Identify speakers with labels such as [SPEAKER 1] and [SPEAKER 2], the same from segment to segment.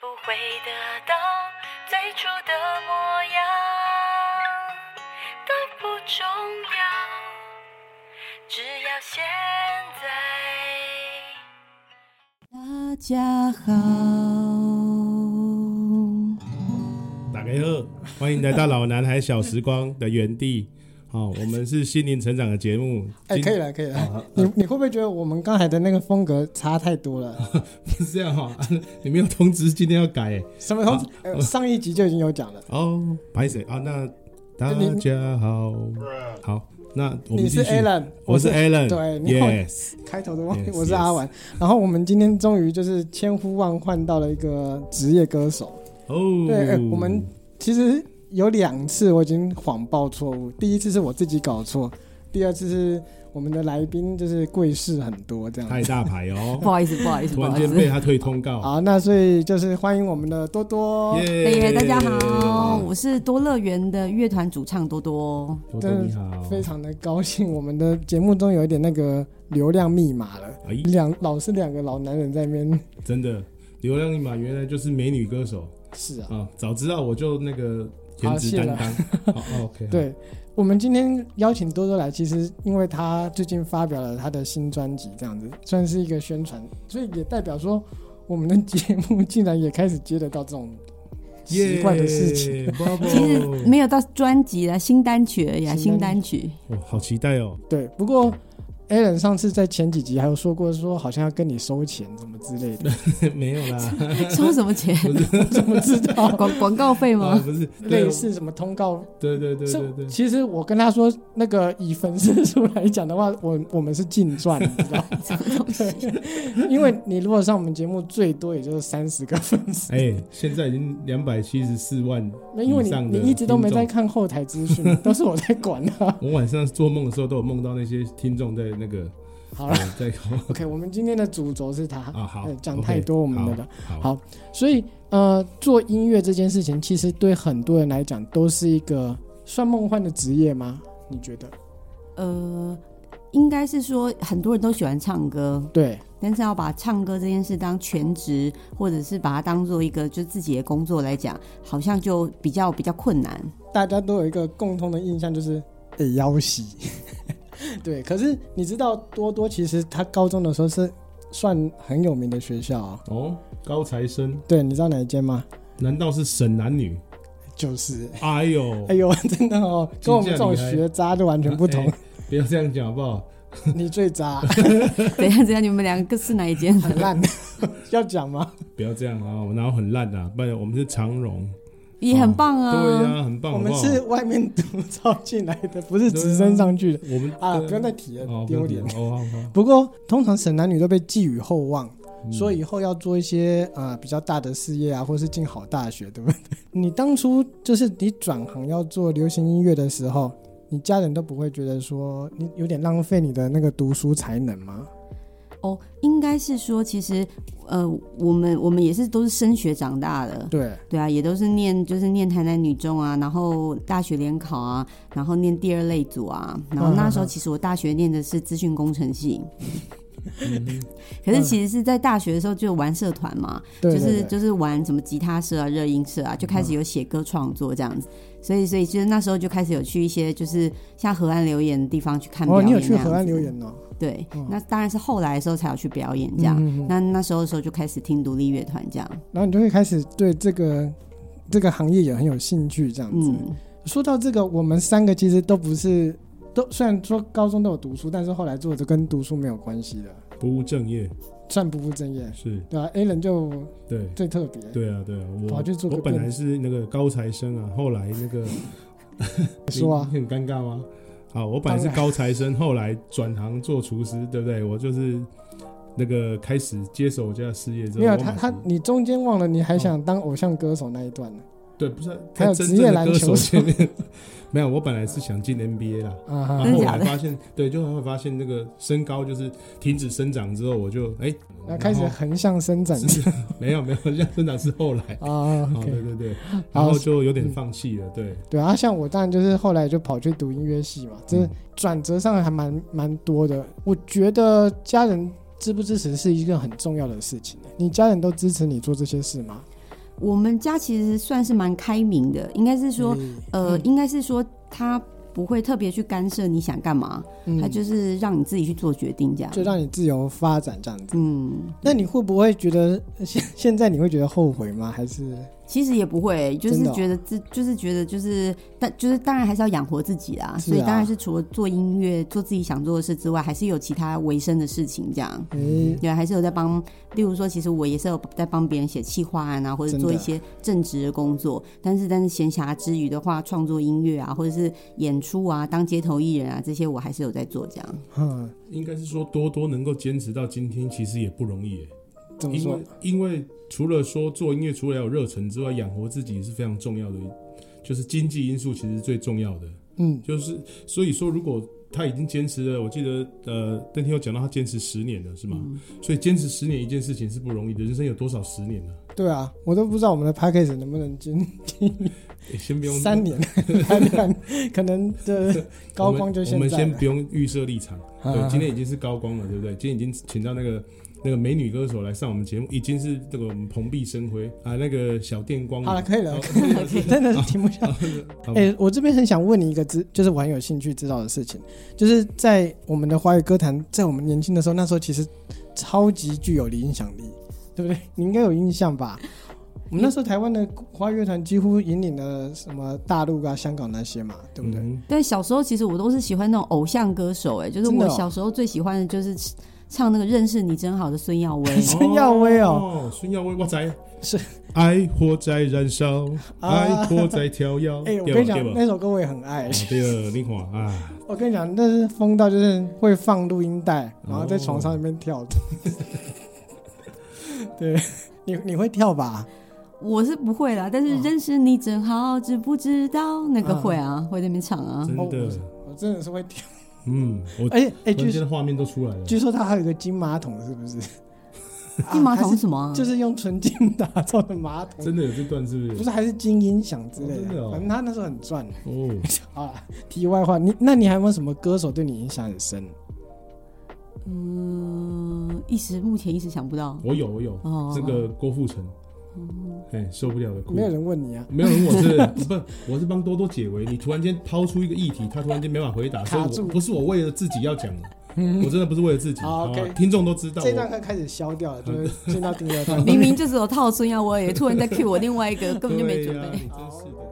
[SPEAKER 1] 不会得到最初的模样，但不重要，只要现在。
[SPEAKER 2] 大家好，
[SPEAKER 3] 打开二，欢迎来到老男孩小时光的原地。 好、我们是心灵成长的节目。
[SPEAKER 4] 哎、
[SPEAKER 3] 今啊
[SPEAKER 4] 可以了，可以了。你你会不会觉得我们刚才的那个风格差太多 了？
[SPEAKER 3] 不是这样哈、 你没有通知今天要改欸
[SPEAKER 4] 什么东西？呃上一集就已经有讲了。
[SPEAKER 3] 哦，白水啊，那大家好，好，那我们
[SPEAKER 4] 你
[SPEAKER 3] 继续
[SPEAKER 4] 是 Alan，
[SPEAKER 3] 我是 Alan，
[SPEAKER 4] 对你好
[SPEAKER 3] yes，
[SPEAKER 4] 开头都忘记
[SPEAKER 3] Yes,
[SPEAKER 4] 我是阿丸。然后我们今天终于就是千呼万唤到了一个职业歌手。
[SPEAKER 3] 哦，
[SPEAKER 4] 对哎我们其实有两次我已经谎报错误，第一次是我自己搞错，第二次是我们的来宾就是贵事很多这样子
[SPEAKER 3] 太大牌 哦
[SPEAKER 2] 不，好意思，不好意
[SPEAKER 3] 突
[SPEAKER 2] 思，不
[SPEAKER 3] 然
[SPEAKER 2] 好意
[SPEAKER 3] 间被
[SPEAKER 2] 思。
[SPEAKER 3] 他推通告，
[SPEAKER 4] 好，那所以就是欢迎我们的多多。
[SPEAKER 2] 哎
[SPEAKER 3] 耶
[SPEAKER 2] 呀，大家好，，
[SPEAKER 3] 哦
[SPEAKER 2] 我是多乐园的乐团主唱多多。
[SPEAKER 3] 多多
[SPEAKER 4] 真
[SPEAKER 3] 你
[SPEAKER 4] 的
[SPEAKER 3] 好，
[SPEAKER 4] 非常的高兴，我们的节目中有一点那个流量密码了，
[SPEAKER 3] 哎，
[SPEAKER 4] 两老是两个老男人在那边，
[SPEAKER 3] 真的，流量密码原来就是美女歌手
[SPEAKER 4] 是啊，
[SPEAKER 3] 啊，早知道我就那个颜值担当，好，OK，好，哦
[SPEAKER 4] 对。我们今天邀请多多来，其实因为他最近发表了他的新专辑，这样子算是一个宣传，所以也代表说我们的节目竟然也开始接得到这种奇怪的事情。
[SPEAKER 3] 耶，bravo
[SPEAKER 2] 其实没有到专辑啦，新单曲而已啊，
[SPEAKER 4] 新
[SPEAKER 2] 新
[SPEAKER 4] 单
[SPEAKER 2] 单曲。
[SPEAKER 3] 哇，好期待哦，
[SPEAKER 4] 对，不过 Alan 上次在前几集还有说过，说好像要跟你收钱什么之类的，
[SPEAKER 3] 没有啦，
[SPEAKER 2] 收什么钱？
[SPEAKER 4] 我怎么知道？
[SPEAKER 2] 广广告费
[SPEAKER 3] 啊
[SPEAKER 2] 吗？
[SPEAKER 3] 不是， 对
[SPEAKER 4] 类，似什么通告
[SPEAKER 3] 对对对对对
[SPEAKER 4] 是，。其实我跟他说，那个以粉丝数来讲的话， 我我们是净 赚，你知道吗？
[SPEAKER 2] 什么东西？
[SPEAKER 4] 因为你如果上我们节目，最多也就是三十个粉丝，
[SPEAKER 3] 哎、现在已经两百七十四万
[SPEAKER 4] 那因为
[SPEAKER 3] 以
[SPEAKER 4] 你
[SPEAKER 3] 上的
[SPEAKER 4] 你一直都没在
[SPEAKER 3] 听
[SPEAKER 4] 看后台资讯，都是我在管 啊。
[SPEAKER 3] 众。我晚上做梦的时候都有梦到那些听众在那个
[SPEAKER 4] 好了
[SPEAKER 3] 呃在
[SPEAKER 4] ，OK，我们今天的主轴是他
[SPEAKER 3] 啊好
[SPEAKER 4] 呃讲
[SPEAKER 3] OK，
[SPEAKER 4] 太多我们的了。
[SPEAKER 3] 好
[SPEAKER 4] 好所以呃，做音乐这件事情，其实对很多人来讲都是一个算梦幻的职业吗？你觉得？
[SPEAKER 2] 呃，应该是说很多人都喜欢唱歌，
[SPEAKER 4] 对，
[SPEAKER 2] 但是要把唱歌这件事当全职，或者是把它当做一个就自己的工作来讲，好像就比较比较困难。
[SPEAKER 4] 大家都有一个共通的印象，就是诶腰袭。 对，可是你知道多多其实他高中的时候是算很有名的学校啊、
[SPEAKER 3] 哦，高材生
[SPEAKER 4] 对，你知道哪一间吗？
[SPEAKER 3] 难道是省男女？
[SPEAKER 4] 就是，
[SPEAKER 3] 哎呦，
[SPEAKER 4] 哎呦，真的 哦，跟我们这种学渣就完全不同
[SPEAKER 3] 哎。不要这样讲好不好？
[SPEAKER 4] 你最渣，
[SPEAKER 2] 等一下，等一下，你们两个各是哪一间？
[SPEAKER 4] 很烂， 要讲吗？
[SPEAKER 3] 不要这样啊，然后很烂啊，不然我们是长荣，
[SPEAKER 2] 也很棒啊。
[SPEAKER 3] 对呀、很棒，
[SPEAKER 4] 嗯我
[SPEAKER 3] 好
[SPEAKER 4] 们
[SPEAKER 3] 不好
[SPEAKER 4] 是外面读 招进来的，不是直升上去的
[SPEAKER 3] 我们
[SPEAKER 4] 啊！
[SPEAKER 3] 对
[SPEAKER 4] 不用再提了，
[SPEAKER 3] 哦，
[SPEAKER 4] 丢脸。
[SPEAKER 3] 哦，好好
[SPEAKER 4] 不过，通常省男女都被寄予厚望，
[SPEAKER 3] 嗯
[SPEAKER 4] 说以后要做一些呃比较大的事业啊，或是进好大学，对不对？ 你当初就是你转行要做流行音乐的时候，你家人都不会觉得说你有点浪费你的那个读书才能吗？
[SPEAKER 2] 哦，应该是说，其实，呃，我们我们也是都是升学长大的，
[SPEAKER 4] 对，
[SPEAKER 2] 对啊，也都是念就是念台南女中啊，然后大学联考啊，然后念第二类组啊，然后
[SPEAKER 4] 嗯
[SPEAKER 2] 那时候其实我大学念的是资讯工程系，
[SPEAKER 4] 嗯
[SPEAKER 2] 可是其实是在大学的时候就有玩社团嘛，
[SPEAKER 4] 对
[SPEAKER 2] 就
[SPEAKER 4] 对
[SPEAKER 2] 是
[SPEAKER 4] 对嗯
[SPEAKER 2] 就是玩什么吉他社啊、热音社啊，就开始有写歌创作这样子。所以，所以就是那时候就开始有去一些就是像河岸留言的地方去看表
[SPEAKER 4] 哦，
[SPEAKER 2] 演。
[SPEAKER 4] 你有去河岸留？言哦？
[SPEAKER 2] 对，
[SPEAKER 4] 嗯
[SPEAKER 2] 那当然是后来的时候才有去表演这样。
[SPEAKER 4] 嗯嗯嗯
[SPEAKER 2] 那那时候的时候就开始听独立乐团这样。
[SPEAKER 4] 然后你就会开始对这个这个行业也很有兴趣，这样子。
[SPEAKER 2] 嗯，
[SPEAKER 4] 说到这个，我们三个其实都不是。都虽然说高中都有读书，但是后来做的跟读书没有关系的，
[SPEAKER 3] 不务正业
[SPEAKER 4] 算不务正业，
[SPEAKER 3] 是
[SPEAKER 4] 对吧、a l a n 就
[SPEAKER 3] 对。
[SPEAKER 4] 最特别，
[SPEAKER 3] 对啊，对啊，
[SPEAKER 4] 跑
[SPEAKER 3] 我
[SPEAKER 4] 去做个
[SPEAKER 3] 我本来
[SPEAKER 4] 电
[SPEAKER 3] 是那个高材生啊，后来那 个
[SPEAKER 4] 你说啊，
[SPEAKER 3] 你你很尴尬吗？好，我本来是高材生，后来转行做厨师，对不对？我就是那个开始接手我家的事业之后，
[SPEAKER 4] 没有
[SPEAKER 3] 我
[SPEAKER 4] 他
[SPEAKER 3] 马
[SPEAKER 4] 他
[SPEAKER 3] 上，
[SPEAKER 4] 你中间忘了你
[SPEAKER 3] 嗯
[SPEAKER 4] 还想当偶像歌手那一段呢？
[SPEAKER 3] 对，不是啊
[SPEAKER 4] 还有
[SPEAKER 3] 在
[SPEAKER 4] 职
[SPEAKER 3] 真
[SPEAKER 4] 业
[SPEAKER 3] 正
[SPEAKER 4] 篮
[SPEAKER 3] 的歌
[SPEAKER 4] 球
[SPEAKER 3] 手
[SPEAKER 4] 手
[SPEAKER 3] 前面， 没有，我本来是想进 NBA 啦。
[SPEAKER 4] 啊
[SPEAKER 3] 然
[SPEAKER 4] 哈，
[SPEAKER 3] 后
[SPEAKER 2] 真
[SPEAKER 3] 后
[SPEAKER 2] 的假
[SPEAKER 3] 来
[SPEAKER 2] 的
[SPEAKER 3] 发现，对，就后来发现那个身高就是停止生长之后，我就哎，
[SPEAKER 4] 然后开始
[SPEAKER 3] 然后
[SPEAKER 4] 横向伸展
[SPEAKER 3] 是没有没有，像生长是后来，
[SPEAKER 4] 啊
[SPEAKER 3] 哦，对
[SPEAKER 4] ，OK，
[SPEAKER 3] 对对，然
[SPEAKER 4] 好嗯
[SPEAKER 3] 后就有点放弃了，对，
[SPEAKER 4] 对啊，像我当然就是后来就跑去读音乐系嘛，这
[SPEAKER 3] 嗯
[SPEAKER 4] 转折上还蛮蛮多的。我觉得欸家人支不支持是一个很重要的事情。你家人都支持你做这些事吗？
[SPEAKER 2] 我们家其实算是蛮开明的，应该是
[SPEAKER 4] 嗯
[SPEAKER 2] 说，
[SPEAKER 3] 嗯
[SPEAKER 2] 呃，应该是说他不会特别去干涉你想干嘛，
[SPEAKER 4] 嗯
[SPEAKER 2] 他就是让你自己去做决定这样。
[SPEAKER 4] 就让你自由发展这样子。
[SPEAKER 2] 嗯，
[SPEAKER 4] 那你会不会觉得现现在你会觉得后悔吗？还是
[SPEAKER 2] 其实也不会、就是
[SPEAKER 4] 真的哦
[SPEAKER 2] 觉得自，就是觉得就是，但就是当然还是要养活自己啦，
[SPEAKER 4] 是啊
[SPEAKER 2] 所以当然是除了做音乐、做自己想做的事之外，还是有其他维生的事情这样。
[SPEAKER 3] 嗯
[SPEAKER 4] 诶、
[SPEAKER 2] 对，啊还是有在帮，例如说，其实我也是有在帮别人写企划案啊，或者
[SPEAKER 4] 真的
[SPEAKER 2] 做一些正职的工作。但是，但是闲暇之余的话，创作音乐啊，或者是演出啊，当街头艺人啊，这些我还是有在做。这样，
[SPEAKER 4] 嗯，
[SPEAKER 3] 应该是说多多能够坚持到今天，其实也不容易耶。
[SPEAKER 4] 怎么
[SPEAKER 3] 因
[SPEAKER 4] 说
[SPEAKER 3] 为？因为除了说做音乐，除了要有热忱之外，养活自己也是非常重要的，就是经济因素其实是最重要的。
[SPEAKER 4] 嗯，
[SPEAKER 3] 就是所以说，如果他已经坚持了，我记得呃那天有讲到他坚持十年了，是吗？
[SPEAKER 4] 嗯
[SPEAKER 3] 所以坚持十年一件事情是不容易的，人生有多少十年呢、
[SPEAKER 4] 对啊，我都不知道我们的 p a c k a g e 能不能经
[SPEAKER 3] 诶先不用
[SPEAKER 4] 三年，三年可能 的高光就
[SPEAKER 3] 我
[SPEAKER 4] 现
[SPEAKER 3] 们我
[SPEAKER 4] 在
[SPEAKER 3] 们
[SPEAKER 4] 了
[SPEAKER 3] 先不用预设立场，
[SPEAKER 4] 啊
[SPEAKER 3] 对，今天已经是高光了，对不对？今天已经请到那个那个美女歌手来上我们节目，已经是这个我们蓬荜生辉啊，那个小电光了。啊
[SPEAKER 4] 好了，可以了
[SPEAKER 3] 哦，
[SPEAKER 4] 真的是停不下。
[SPEAKER 3] 好
[SPEAKER 4] 哎、我这边很想问你一个知，就是我很有兴趣知道的事情，就是在我们的华语歌坛，在我们年轻的时候，那时候其实超级具有影响力，对不对？你应该有印象吧？我们那时候台湾的华语乐团几乎引领了什么大陆啊、香港那些嘛， 对不对？
[SPEAKER 3] 嗯
[SPEAKER 2] 但小时候其实我都是喜欢那种偶像歌手、哎，就是
[SPEAKER 4] 真的
[SPEAKER 2] 我
[SPEAKER 4] 哦我
[SPEAKER 2] 小时候最喜欢的就是唱那个《认识你真好》的 孙耀威。
[SPEAKER 4] 孙耀威
[SPEAKER 3] 哦，孙耀威，哇塞，
[SPEAKER 4] 是
[SPEAKER 3] 爱火在燃烧，
[SPEAKER 4] 啊
[SPEAKER 3] 爱火在跳跃。
[SPEAKER 4] 哎、我
[SPEAKER 3] 对
[SPEAKER 4] 跟你
[SPEAKER 3] 吧
[SPEAKER 4] 讲，
[SPEAKER 3] 对吧
[SPEAKER 4] 那首歌我也很爱
[SPEAKER 3] 哦。对了，林华 啊，
[SPEAKER 4] 我跟你讲，那是疯到就是会放录音带，然后在床上那边跳
[SPEAKER 3] 哦
[SPEAKER 4] 的。对，你你会跳吧？
[SPEAKER 2] 我是不会啦，但是
[SPEAKER 4] 嗯
[SPEAKER 2] 认识你真好，知不知道那个
[SPEAKER 4] 嗯
[SPEAKER 2] 会啊，会在那边唱啊。
[SPEAKER 3] 真
[SPEAKER 4] 哦
[SPEAKER 3] 的，
[SPEAKER 4] 我真的是会跳，
[SPEAKER 3] 嗯，我
[SPEAKER 4] 而且哎，据
[SPEAKER 3] 突然
[SPEAKER 4] 说
[SPEAKER 3] 间画面都出来了。
[SPEAKER 4] 据说它还有一个金马桶，是不是？
[SPEAKER 2] 金马
[SPEAKER 4] 还
[SPEAKER 2] 桶是
[SPEAKER 4] 是
[SPEAKER 2] 什么、啊？
[SPEAKER 4] 就是用纯金打造的马桶，
[SPEAKER 3] 真的有这段是不
[SPEAKER 4] 不
[SPEAKER 3] 是？
[SPEAKER 4] 是还是金音响之类
[SPEAKER 3] 哦真的
[SPEAKER 4] 的，
[SPEAKER 3] 哦
[SPEAKER 4] 反正他那时候很赚。
[SPEAKER 3] 哦，
[SPEAKER 4] 好啦，题外话，你那你还有没有什么歌手对你影响很深？
[SPEAKER 2] 嗯，一时目前一时想不到。
[SPEAKER 3] 我有我有
[SPEAKER 2] 哦，
[SPEAKER 3] 这个郭富城，哎，受不了了，哭
[SPEAKER 4] 哦没。有人问你啊，
[SPEAKER 3] 没有人，我 是不，我是帮多多解围。你突然间抛出一个议题，他突然间没办法回答，所以
[SPEAKER 4] 卡
[SPEAKER 3] 我
[SPEAKER 4] 住嗯
[SPEAKER 3] 不是我为了自己要讲的，我真的不是为了自己。
[SPEAKER 4] 好
[SPEAKER 3] 好吧
[SPEAKER 4] OK
[SPEAKER 3] 听众都知道
[SPEAKER 4] 这一段
[SPEAKER 3] 我。
[SPEAKER 4] 快开始消掉了，就是进到第 二段。
[SPEAKER 2] 明明就只有套孙耀威，突然在 cue 我另外一个，根本就没准
[SPEAKER 3] 对呀
[SPEAKER 2] 备。
[SPEAKER 3] 你真是的。
[SPEAKER 4] 哦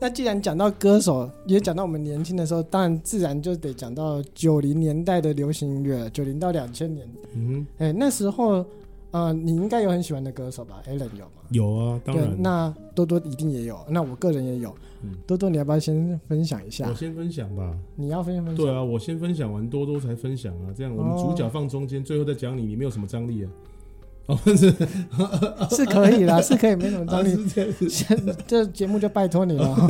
[SPEAKER 4] 那既然讲到歌手，也讲到我们年轻的时候，当然自然就得讲到九零年代的流行音乐，九零到两千年。
[SPEAKER 3] 嗯哼，
[SPEAKER 4] 哎、那时候，呃，你应该有很喜欢的歌手吧？Allen 有吗？
[SPEAKER 3] 有啊，当
[SPEAKER 4] 对
[SPEAKER 3] 然。
[SPEAKER 4] 那多多一定也有，那我个人也有。
[SPEAKER 3] 嗯
[SPEAKER 4] 多多，你要不要先分享一下
[SPEAKER 3] 我？先分享吧。
[SPEAKER 4] 你要啊分享分享？
[SPEAKER 3] 对啊，我先分享完多多才分享啊，这样我们
[SPEAKER 4] 哦
[SPEAKER 3] 主角放中间，最后再讲你，你没有什么张力啊。哦，不是，
[SPEAKER 4] 是可以啦，是可以，没 什么张
[SPEAKER 3] 啊
[SPEAKER 4] 力。
[SPEAKER 3] 是这样子。
[SPEAKER 4] 这节目就拜托你 了，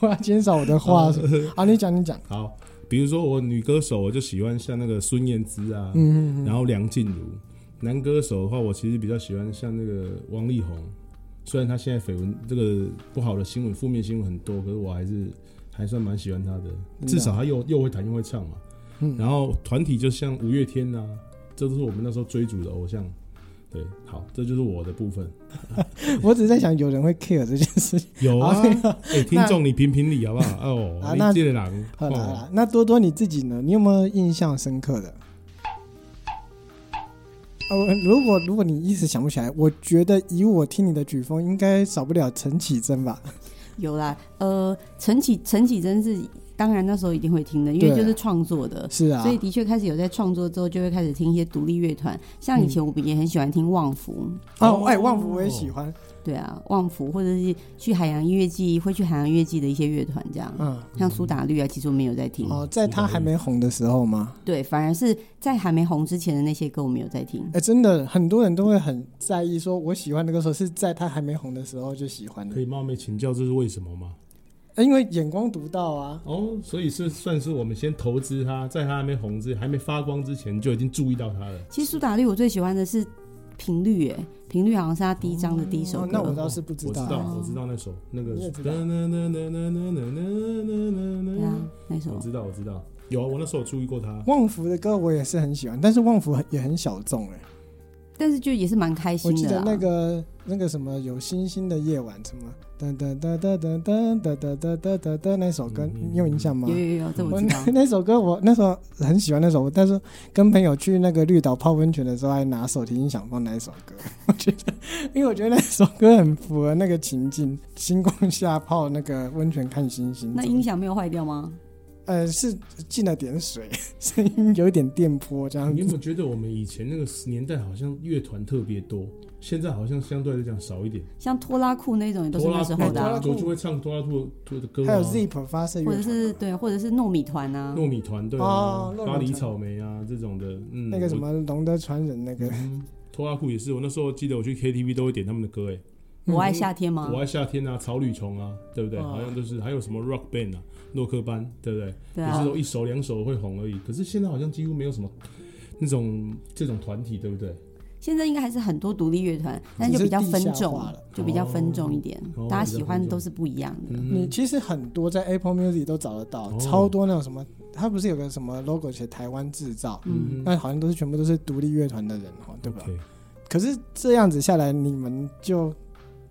[SPEAKER 4] 我要减少我的话。
[SPEAKER 3] 啊
[SPEAKER 4] 好，你讲，你讲。
[SPEAKER 3] 好，比如说我女歌手，我就喜欢像那个孙燕姿啊，
[SPEAKER 4] 嗯，嗯嗯
[SPEAKER 3] 然后梁静茹。男歌手的话，我其实比较喜欢像那个王力宏，虽然他现在绯闻这个不好的新闻、负面新闻很多，可是我还是还算蛮喜欢他的，至少他又又会弹又会唱嘛。
[SPEAKER 4] 嗯
[SPEAKER 3] 然后团体就像五月天呐、这都是我们那时候追逐的偶像。对，好，这就是我的部 分。
[SPEAKER 4] 我只是在想，有人会 care 这件事情。
[SPEAKER 3] 有啊，
[SPEAKER 4] 好
[SPEAKER 3] 哎、听众你评评理好不好？哦，
[SPEAKER 4] 啊那
[SPEAKER 3] 你这个人，
[SPEAKER 4] 好啦好
[SPEAKER 3] 哦，
[SPEAKER 4] 啦，那多多你自己呢？你有没有印象深刻的？呃，如果如果你一时想不起来，我觉得以我听你的曲风，应该少不了陈绮贞吧？
[SPEAKER 2] 有啦，呃，陈绮陈绮贞是当然那时候一定会听的，因为
[SPEAKER 4] 对
[SPEAKER 2] 就是创作的。
[SPEAKER 4] 是啊
[SPEAKER 2] 所，以的确开始有在创作之后，就会开始听一些独立乐团，像以前我们也很喜欢听旺福，
[SPEAKER 4] 哦，哎，旺福我也喜欢，
[SPEAKER 2] 对啊，旺福或者是去海洋音乐季会去海洋音乐季的一些乐团这样，
[SPEAKER 4] 嗯，
[SPEAKER 2] 像苏打绿啊，其实我们有在听，
[SPEAKER 4] 哦，在他还没红的时候吗？
[SPEAKER 2] 对，反而是在还没红之前的那些歌我们有在听，
[SPEAKER 4] 哎，真的很多人都会很在意，说我喜欢的歌手是在他还没红的时候就喜欢
[SPEAKER 3] 可
[SPEAKER 4] 的，
[SPEAKER 3] 以冒昧请教这是为什么吗？
[SPEAKER 4] 哎因为眼光独到啊。
[SPEAKER 3] 哦，所以是算是我们先投资他，在他还没红之、还没发光之前就已经注意到他了。
[SPEAKER 2] 其实苏打绿我最喜欢的是频率，哎，频率好像是他第一张的第一首
[SPEAKER 4] 哦
[SPEAKER 2] 歌。嗯
[SPEAKER 4] 那我倒是不知
[SPEAKER 3] 我知
[SPEAKER 4] 道啊，
[SPEAKER 3] 道，我知道那首那个
[SPEAKER 4] 你也知道
[SPEAKER 2] 对
[SPEAKER 4] 嗯
[SPEAKER 2] 啊，那首
[SPEAKER 3] 我知道，我知道，有啊，我那时候有注意过他。
[SPEAKER 4] 旺福的歌我也是很喜欢，但是旺福很也很小众哎、
[SPEAKER 2] 但是就也是蛮开
[SPEAKER 4] 我
[SPEAKER 2] 心
[SPEAKER 4] 记
[SPEAKER 2] 的
[SPEAKER 4] 得
[SPEAKER 2] 啊啦。
[SPEAKER 4] 那个那个什么有星星的夜晚什么噔噔噔噔噔噔噔噔噔噔噔噔那首歌，
[SPEAKER 3] 嗯嗯
[SPEAKER 4] 你有印象吗
[SPEAKER 2] 有？有有，这我
[SPEAKER 4] 我
[SPEAKER 2] 知
[SPEAKER 4] 那
[SPEAKER 2] 道
[SPEAKER 4] 。那首歌我那时候很喜欢那首，但是跟朋友去那个绿岛泡温泉的时候，还拿手提音响放那一首歌。 我觉得，因为我觉得那首歌很符合那个情境，星光下泡那个温泉看星星。
[SPEAKER 2] 那音响没有坏掉吗？
[SPEAKER 4] 呃是进了点水， 声音有点电波这样
[SPEAKER 3] 你有
[SPEAKER 4] 子
[SPEAKER 3] 没。有觉得我们以前那个年代好像乐团特别多，现在好像相对来讲少一点？
[SPEAKER 2] 像拖拉库那种也都是
[SPEAKER 3] 拖拉
[SPEAKER 2] 那时候的、
[SPEAKER 3] 拖拉
[SPEAKER 2] 啊，
[SPEAKER 3] 族就会唱拖拉兔兔的歌
[SPEAKER 4] 还有
[SPEAKER 3] 啊，
[SPEAKER 4] Zip 发射乐
[SPEAKER 2] 或
[SPEAKER 4] 团，
[SPEAKER 2] 者是对，或者是糯米团啊。
[SPEAKER 3] 糯米团队啊
[SPEAKER 4] 哦，糯米
[SPEAKER 3] 巴黎
[SPEAKER 4] 团
[SPEAKER 3] 草莓啊这种的，嗯，
[SPEAKER 4] 那个什么龙的传人那个
[SPEAKER 3] 我，嗯拖拉裤也是，我那时候记得我去 KTV 都会点他们的歌，哎，
[SPEAKER 2] 我爱夏天吗
[SPEAKER 3] 我？爱夏天啊，草履虫啊，对不对？
[SPEAKER 4] 哦
[SPEAKER 3] 好像都是还有什么 Rock Band 啊，洛克班，对不对？
[SPEAKER 2] 对
[SPEAKER 3] 也是
[SPEAKER 2] 啊
[SPEAKER 3] 都，一首两首会红而已。可是现在好像几乎没有什么那种这种团体，对不对？
[SPEAKER 2] 现在应该还是很多独立乐团，但就比较分
[SPEAKER 4] 只是地下
[SPEAKER 2] 众
[SPEAKER 4] 化了，
[SPEAKER 2] 就比较分众一点
[SPEAKER 3] 哦，
[SPEAKER 2] 大家喜欢都是不一样的。
[SPEAKER 3] 嗯
[SPEAKER 4] 你其实很多在 Apple Music 都找得到，
[SPEAKER 3] 哦
[SPEAKER 4] 超多那种什么，它不是有个什么 logo 写台湾制造，
[SPEAKER 2] 嗯，
[SPEAKER 4] 那好像都是全部都是独立乐团的人哦，对吧
[SPEAKER 3] OK，
[SPEAKER 4] 可是这样子下来，你们就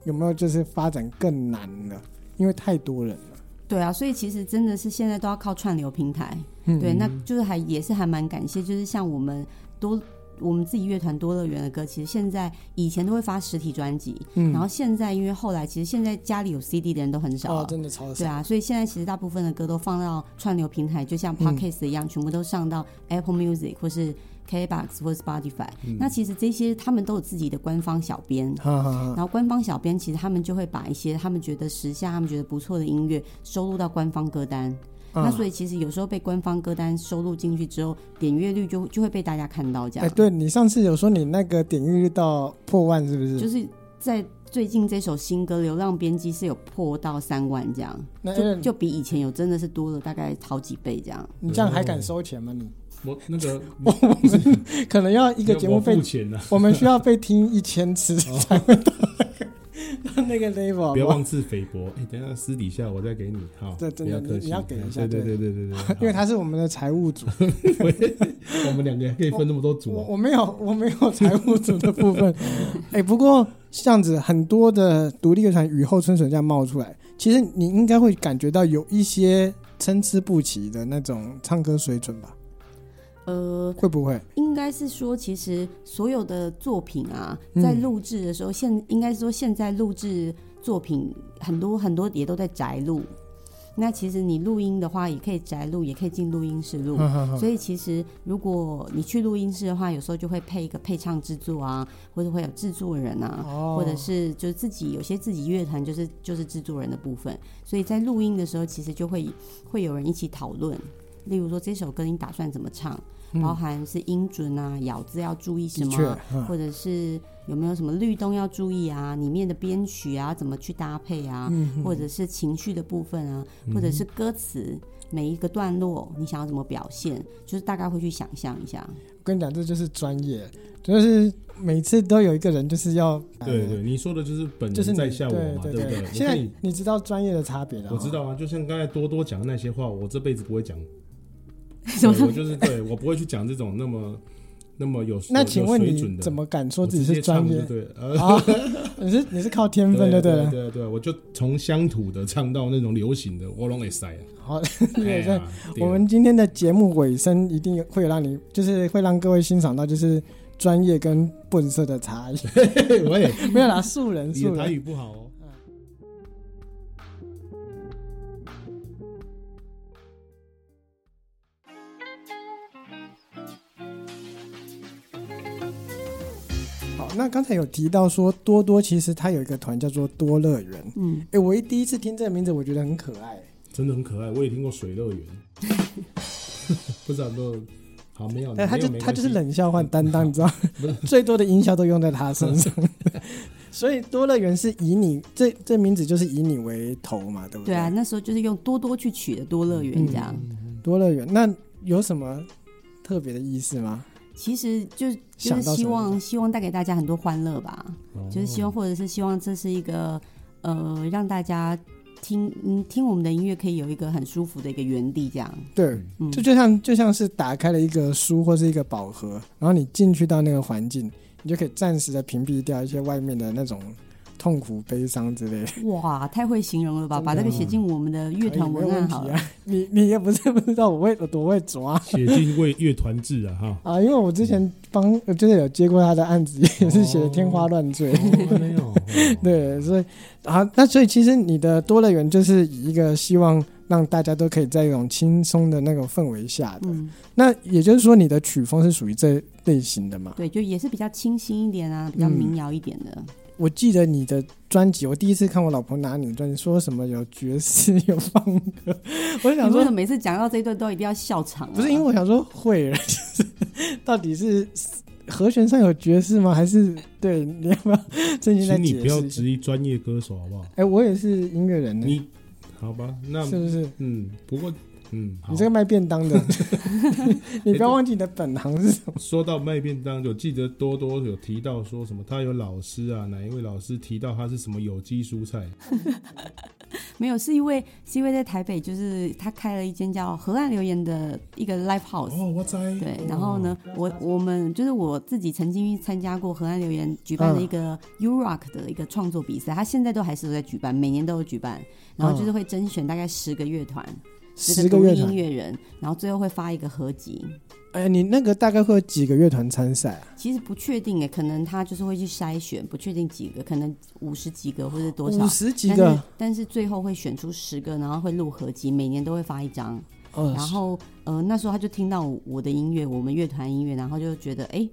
[SPEAKER 4] 有没有就是发展更难了？因为太多人了。
[SPEAKER 2] 对啊，所以其实真的是现在都要靠串流平台。
[SPEAKER 4] 嗯
[SPEAKER 2] 对，那就是还也是还蛮感谢，就是像我们多我们自己乐团多乐园的歌，其实现在以前都会发实体专辑，
[SPEAKER 4] 嗯
[SPEAKER 2] 然后现在因为后来其实现在家里有 CD 的人都很少
[SPEAKER 4] 哦
[SPEAKER 2] 了，。
[SPEAKER 4] 真的超少
[SPEAKER 2] 对。啊，所以现在其实大部分的歌都放到串流平台，就像
[SPEAKER 4] 嗯
[SPEAKER 2] Podcast 一样，全部都上到 Apple Music 或是 KBox 或是 Spotify、那其实这些他们都有自己的官方小编，
[SPEAKER 4] 嗯哈哈哈。
[SPEAKER 2] 然后官方小编其实他们就会把一些他们觉得时下、他们觉得不错的音乐收录到官方歌单。那所
[SPEAKER 4] 以，
[SPEAKER 2] 以其实有时候被官方歌单收录进去之后，点阅率就就会被大家看到，这
[SPEAKER 4] 哎，
[SPEAKER 2] 样、
[SPEAKER 4] 对你上次有说你那个点阅率到破万是不？
[SPEAKER 2] 就是是在最近这首新歌《流浪编辑》是有破到三万这样，
[SPEAKER 4] 那
[SPEAKER 2] 就
[SPEAKER 4] Alan，
[SPEAKER 2] 就比以前有真的是多了大概好几倍这样。
[SPEAKER 4] 你这样还敢收钱吗？你
[SPEAKER 3] 我那 个
[SPEAKER 4] 可能要一个节目
[SPEAKER 3] 我
[SPEAKER 4] 费
[SPEAKER 3] 付钱啊，
[SPEAKER 4] 我们需要被听一千次才会到那个那个 level 好好。
[SPEAKER 3] 不要妄自菲薄。哎，等一下私底下我再给你，好，
[SPEAKER 4] 对真的
[SPEAKER 3] 不要客气
[SPEAKER 4] 你要给一下
[SPEAKER 3] 对
[SPEAKER 4] 对
[SPEAKER 3] 对对对对，
[SPEAKER 4] 因为他是我们的财务组，
[SPEAKER 3] 好我们两个还可以分那么多组
[SPEAKER 4] 我
[SPEAKER 3] 啊，
[SPEAKER 4] 我没有我没有财务组的部
[SPEAKER 3] 哦
[SPEAKER 4] 分。哎、不过这样子，很多的独立乐团雨后春笋这样冒出来，其实你应该会感觉到有一些参差不齐的那种唱歌水准吧？
[SPEAKER 2] 呃，
[SPEAKER 4] 会不会？
[SPEAKER 2] 应该是说，其实所有的作品啊，
[SPEAKER 4] 嗯
[SPEAKER 2] 在录制的时候，现应该是说现在录制作品很多很多也都在宅录。那其实你录音的话，也可以宅录，也可以进录音室录。 所以其实如果你去录音室的话，有时候就会配一个配唱制作啊，或者会有制作人啊，
[SPEAKER 4] 哦
[SPEAKER 2] 或者是就是自己有些自己乐团就是就是制作人的部分，所以在录音的时候，其实就会会有人一起讨论，例如说这首歌你打算怎么唱，包含是音准啊、咬字要注意什
[SPEAKER 4] 嗯的
[SPEAKER 2] 么
[SPEAKER 4] 确
[SPEAKER 2] 啊，，
[SPEAKER 4] 嗯
[SPEAKER 2] 或者是有没有什么律动要注意啊，里面的编曲啊怎么去搭配啊，
[SPEAKER 4] 嗯
[SPEAKER 2] 或者是情绪的部分啊，或者是歌词。每一个段落你想要怎么表现，就是大概会去想象一下。
[SPEAKER 4] 我跟你讲，这就是专业，就是每次都有一个人就是要呃
[SPEAKER 3] 对对，你说的就是本
[SPEAKER 4] 就是
[SPEAKER 3] 人
[SPEAKER 4] 你
[SPEAKER 3] 在下我嘛，
[SPEAKER 4] 对
[SPEAKER 3] 不对？我
[SPEAKER 4] 现在
[SPEAKER 3] 看你
[SPEAKER 4] 你知道专业的差别了哦，
[SPEAKER 3] 我知道啊，就像刚才多多讲的那些话，我这辈子不会讲。
[SPEAKER 2] 什
[SPEAKER 3] 对
[SPEAKER 2] 么
[SPEAKER 3] 我就是对我不会去讲这种那么那么有
[SPEAKER 4] 那
[SPEAKER 3] 有
[SPEAKER 4] 请问
[SPEAKER 3] 有水准
[SPEAKER 4] 你
[SPEAKER 3] 的
[SPEAKER 4] 怎么敢说
[SPEAKER 3] 我
[SPEAKER 4] 自己
[SPEAKER 3] 直
[SPEAKER 4] 是
[SPEAKER 3] 接
[SPEAKER 4] 专
[SPEAKER 3] 唱
[SPEAKER 4] 业
[SPEAKER 3] 就？对，呃，
[SPEAKER 4] 啊， 你是你是靠天分
[SPEAKER 3] 对
[SPEAKER 4] 就
[SPEAKER 3] 啊
[SPEAKER 4] 对
[SPEAKER 3] 对
[SPEAKER 4] 了。
[SPEAKER 3] 对对，我就从乡土的唱到那种流行的，我拢会塞啊。
[SPEAKER 4] 好，
[SPEAKER 3] 哎
[SPEAKER 4] 也在
[SPEAKER 3] 呀对
[SPEAKER 4] 我们今天的节目尾声一定有会有让你，就是会让各位欣赏到就是专业跟本色的差 异。
[SPEAKER 3] 嘿喂，
[SPEAKER 4] 没有啦，素人
[SPEAKER 3] 你
[SPEAKER 4] 素
[SPEAKER 3] 的台
[SPEAKER 4] 人。
[SPEAKER 3] 语不好哦。
[SPEAKER 4] 好，那刚才有提到说多多其实它有一个团叫做多乐园。
[SPEAKER 2] 嗯，
[SPEAKER 4] 哎，我一第一次听这个名字，我觉得很可爱。
[SPEAKER 3] 真的很可爱。我也听过水乐园，不知道有没有好没有，
[SPEAKER 4] 但他
[SPEAKER 3] 哦没
[SPEAKER 4] 就
[SPEAKER 3] 有没
[SPEAKER 4] 他就是
[SPEAKER 3] 关系
[SPEAKER 4] 冷笑话担当，你 知道，最多的营销都用在他身上。所以多乐园是以你这这名字就是以你为头嘛，对不嗯
[SPEAKER 2] 对啊，那时候就是用多多去取的多乐园这样。
[SPEAKER 4] 多乐园，那有什么特别的意思吗？
[SPEAKER 2] 其实就就
[SPEAKER 4] 想
[SPEAKER 2] 是
[SPEAKER 4] 到
[SPEAKER 2] 希
[SPEAKER 4] 什么
[SPEAKER 2] 望希望带给大家很多欢乐吧，
[SPEAKER 3] 哦
[SPEAKER 2] 就是希望或者是希望这是一个呃让大家听嗯听我们的音乐可以有一个很舒服的一个园地这样，
[SPEAKER 4] 对，
[SPEAKER 2] 嗯，
[SPEAKER 4] 这就像就像是打开了一个书或是一个宝盒，然后你进去到那个环境，你就可以暂时的屏蔽掉一些外面的那种痛苦、悲伤之类的。
[SPEAKER 2] 哇，太会形容了吧，
[SPEAKER 4] 真的
[SPEAKER 2] 把这个写进我们的乐团
[SPEAKER 4] 没
[SPEAKER 2] 文
[SPEAKER 4] 问
[SPEAKER 2] 案
[SPEAKER 4] 题
[SPEAKER 2] 好了。
[SPEAKER 4] 啊， 你你也不是不知道我会我多会抓。
[SPEAKER 3] 写进为乐团制啊哈
[SPEAKER 4] 啊，因为我之前帮呃就是有接过他的案子，也是写的天花乱坠。
[SPEAKER 3] 哦没有，
[SPEAKER 4] 对，所以啊，那所以其实你的多乐园就是以一个希望让大家都可以在一种轻松的那种氛围下的。
[SPEAKER 2] 嗯，
[SPEAKER 4] 那也就是说，你的曲风是属于这类型的嘛？
[SPEAKER 2] 对，就也是比较清新一点
[SPEAKER 4] 嗯
[SPEAKER 2] 啊，比较民谣一点的。
[SPEAKER 4] 我记得你的专辑，我第一次看我老婆拿你的专辑，说什么有爵士有放歌，我就想
[SPEAKER 2] 你为
[SPEAKER 4] 说
[SPEAKER 2] 什么每次讲到这一段都一定要笑场、啊？
[SPEAKER 4] 不是，因为我想说会了，就是到底是和弦上有爵士吗？还是对你要不要真心再
[SPEAKER 3] 请你
[SPEAKER 4] 解
[SPEAKER 3] 不要
[SPEAKER 4] 释一下？
[SPEAKER 3] 质疑专业歌手好不好？
[SPEAKER 4] 哎、我也是音乐人呢，
[SPEAKER 3] 你好吧，那
[SPEAKER 4] 是不是？
[SPEAKER 3] 嗯，不过嗯，好
[SPEAKER 4] 你这个卖便当 的，你不要忘记你的本行是什 么。
[SPEAKER 3] 说到卖便当，我记得多多有提到说什么，他有老师啊，哪一位老师提到他是什么有机蔬菜？
[SPEAKER 2] 没有，是因为是因为在台北，就是他开了一间叫河岸留言的一个 live house。
[SPEAKER 3] 哦，我在
[SPEAKER 2] 对，
[SPEAKER 4] 嗯
[SPEAKER 2] 然后呢，我我们就是我自己曾经参加过河岸留言举办的
[SPEAKER 4] 嗯
[SPEAKER 2] 一个 U Rock 的一个创作比赛，他现在都还是有在举办，每年都有举办，然后就是会甄选大概十个乐团，
[SPEAKER 4] 嗯十个
[SPEAKER 2] 独
[SPEAKER 4] 乐
[SPEAKER 2] 立音
[SPEAKER 4] 团，
[SPEAKER 2] 乐人，然后最后会发一个合集。
[SPEAKER 4] 哎、你那个大概会有几个乐团参赛啊？
[SPEAKER 2] 其实不确定诶，可能他就是会去筛选，不确定几个，可能五十几个或者多少
[SPEAKER 4] 五，十几
[SPEAKER 2] 但
[SPEAKER 4] 个
[SPEAKER 2] 是，但是最后会选出十个，然后会录合集，每年都会发一张。
[SPEAKER 4] 哦
[SPEAKER 2] 然后呃那时候他就听到我的音乐，我们乐团音乐，然后就觉得哎、诶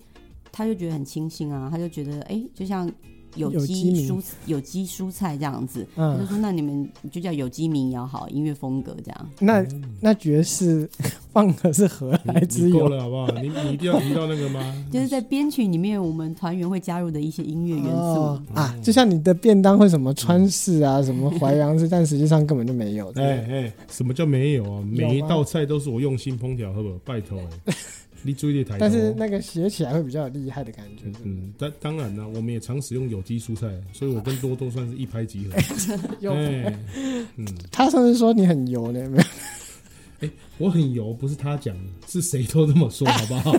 [SPEAKER 2] 他就觉得很清新啊，他就觉得哎、诶就像有
[SPEAKER 4] 有机
[SPEAKER 2] 机
[SPEAKER 4] 民
[SPEAKER 2] 蔬有机蔬菜这样子，他就
[SPEAKER 4] 嗯，
[SPEAKER 2] 说那你们就叫有机民谣好，音乐风格这样。
[SPEAKER 3] 哦
[SPEAKER 4] 那那爵士放的是何来之
[SPEAKER 3] 你够
[SPEAKER 4] 有？
[SPEAKER 3] 了好不好？你你一定要提到那个 吗？
[SPEAKER 2] 就是在编曲里面，我们团员会加入的一些音乐元素。
[SPEAKER 4] 哦
[SPEAKER 3] 嗯
[SPEAKER 4] 啊，就像你的便当会什么川式啊，什么淮扬 式，但实际上根本就没有。
[SPEAKER 3] 哎
[SPEAKER 4] 对，
[SPEAKER 3] 哎，什么叫没有啊？每一
[SPEAKER 4] 吗
[SPEAKER 3] 道菜都是我用心烹调，好不好？拜托哎，你注意点抬头。
[SPEAKER 4] 但是那个写起来会比较有厉害的感觉。
[SPEAKER 3] 嗯，但当然啦，我们也常使用有机蔬菜，所以我跟多多算是一拍即合。
[SPEAKER 4] 有，
[SPEAKER 3] 哎，嗯，
[SPEAKER 4] 他上次说你很油呢，没有？
[SPEAKER 3] 我很油，不是他讲的，是谁都这 么说，好不好？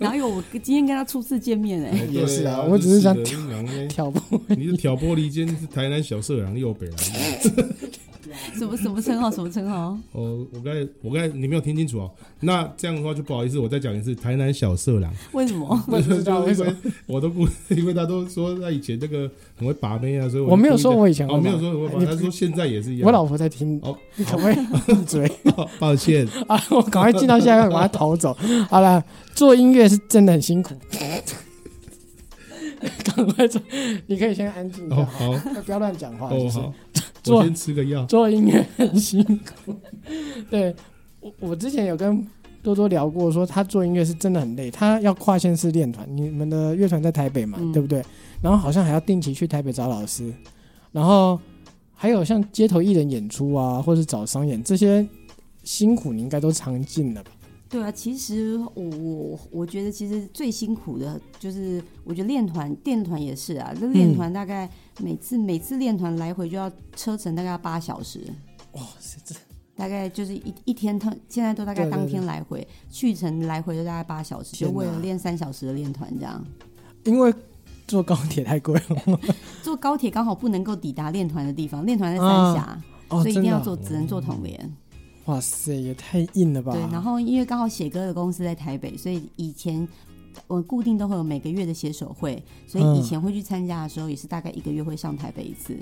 [SPEAKER 2] 哪有我今天跟他初次见面哎、
[SPEAKER 3] 哎
[SPEAKER 4] 也是啊
[SPEAKER 3] 对
[SPEAKER 4] 我只是想
[SPEAKER 3] 真的人呢
[SPEAKER 4] 挑拨
[SPEAKER 3] 你是挑拨离间，是台南小色狼右北狼。
[SPEAKER 2] 什么什么称号？什么称号？
[SPEAKER 3] 哦，我刚才我刚才你没有听清楚哦。那这样的话就不好意思，我再讲一次，台南小色狼。
[SPEAKER 2] 为什么？
[SPEAKER 4] 不 知 道为什
[SPEAKER 3] 因为
[SPEAKER 4] 么。
[SPEAKER 3] 我都不，因为他都说他以前那个很会把妹啊，所以
[SPEAKER 4] 我没有说我以前
[SPEAKER 3] 哦，
[SPEAKER 4] 会
[SPEAKER 3] 没有
[SPEAKER 4] 吧
[SPEAKER 3] 说我
[SPEAKER 4] 你
[SPEAKER 3] 把，他说现在也是一样。
[SPEAKER 4] 我老婆在听，
[SPEAKER 3] 哦
[SPEAKER 4] 你可不 可以闭嘴
[SPEAKER 3] 抱 歉，
[SPEAKER 4] 啊？我赶快进到下一个，把它逃 走。好了，做音乐是真的很辛苦。 赶快做，你可以先安静一
[SPEAKER 3] 哦
[SPEAKER 4] 下，
[SPEAKER 3] 好，
[SPEAKER 4] 不要乱讲话。
[SPEAKER 3] 哦
[SPEAKER 4] 就是
[SPEAKER 3] 好，
[SPEAKER 4] 做
[SPEAKER 3] 我先吃个药。
[SPEAKER 4] 做音乐很辛苦。对我，我之前有跟多多聊过，说他做音乐是真的很累，他要跨县市练团。你们的乐团在台北嘛，
[SPEAKER 2] 嗯
[SPEAKER 4] 对不对？然后好像还要定期去台北找老师，然后还有像街头艺人演出啊，或是找商演这些辛苦，你应该都尝尽了吧？
[SPEAKER 2] 对啊，其实我我我觉得其实最辛苦的就是，我觉得练团练团也是啊，这练团大概每次、每次练团来回就要车程大概要八小时，
[SPEAKER 4] 哇、
[SPEAKER 2] 哦
[SPEAKER 4] 是这
[SPEAKER 2] 大概就是一一天他现在都大概
[SPEAKER 4] 对对对
[SPEAKER 2] 当天来回，去程来回就大概八小时，
[SPEAKER 4] 天
[SPEAKER 2] 就
[SPEAKER 4] 哪
[SPEAKER 2] 为了练三小时的练团这样。
[SPEAKER 4] 因为坐高铁太贵了
[SPEAKER 2] 坐高铁刚好不能够抵达练团的地方，练团在三峡，
[SPEAKER 4] 哦，
[SPEAKER 2] 所以一
[SPEAKER 4] 真
[SPEAKER 2] 定
[SPEAKER 4] 的
[SPEAKER 2] 要
[SPEAKER 4] 啊、
[SPEAKER 2] 坐，只能坐统联。
[SPEAKER 4] 哇塞，也太硬了吧？
[SPEAKER 2] 对，然后因为刚好写歌的公司在台北，所以以前我固定都会有每个月的写手会，所以以前会去参加的时候，也是大概一个月会上台北一次。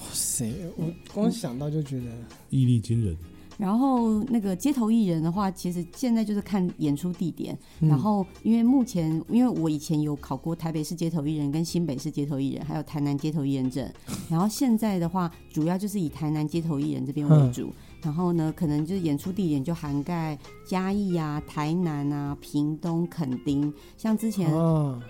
[SPEAKER 4] 哇塞，我光想到就觉得。
[SPEAKER 3] 毅力惊人，
[SPEAKER 2] 然后那个街头艺人的话，其实现在就是看演出地点。
[SPEAKER 4] 嗯
[SPEAKER 2] 然后因为目前，因为我以前有考过台北市街头艺人、跟新北市街头艺人，还有台南街头艺人证。然后现在的话，主要就是以台南街头艺人这边为主。然后呢，可能就是演出地点就涵盖嘉义啊、台南啊、屏东、垦丁。像之前、
[SPEAKER 4] 哦，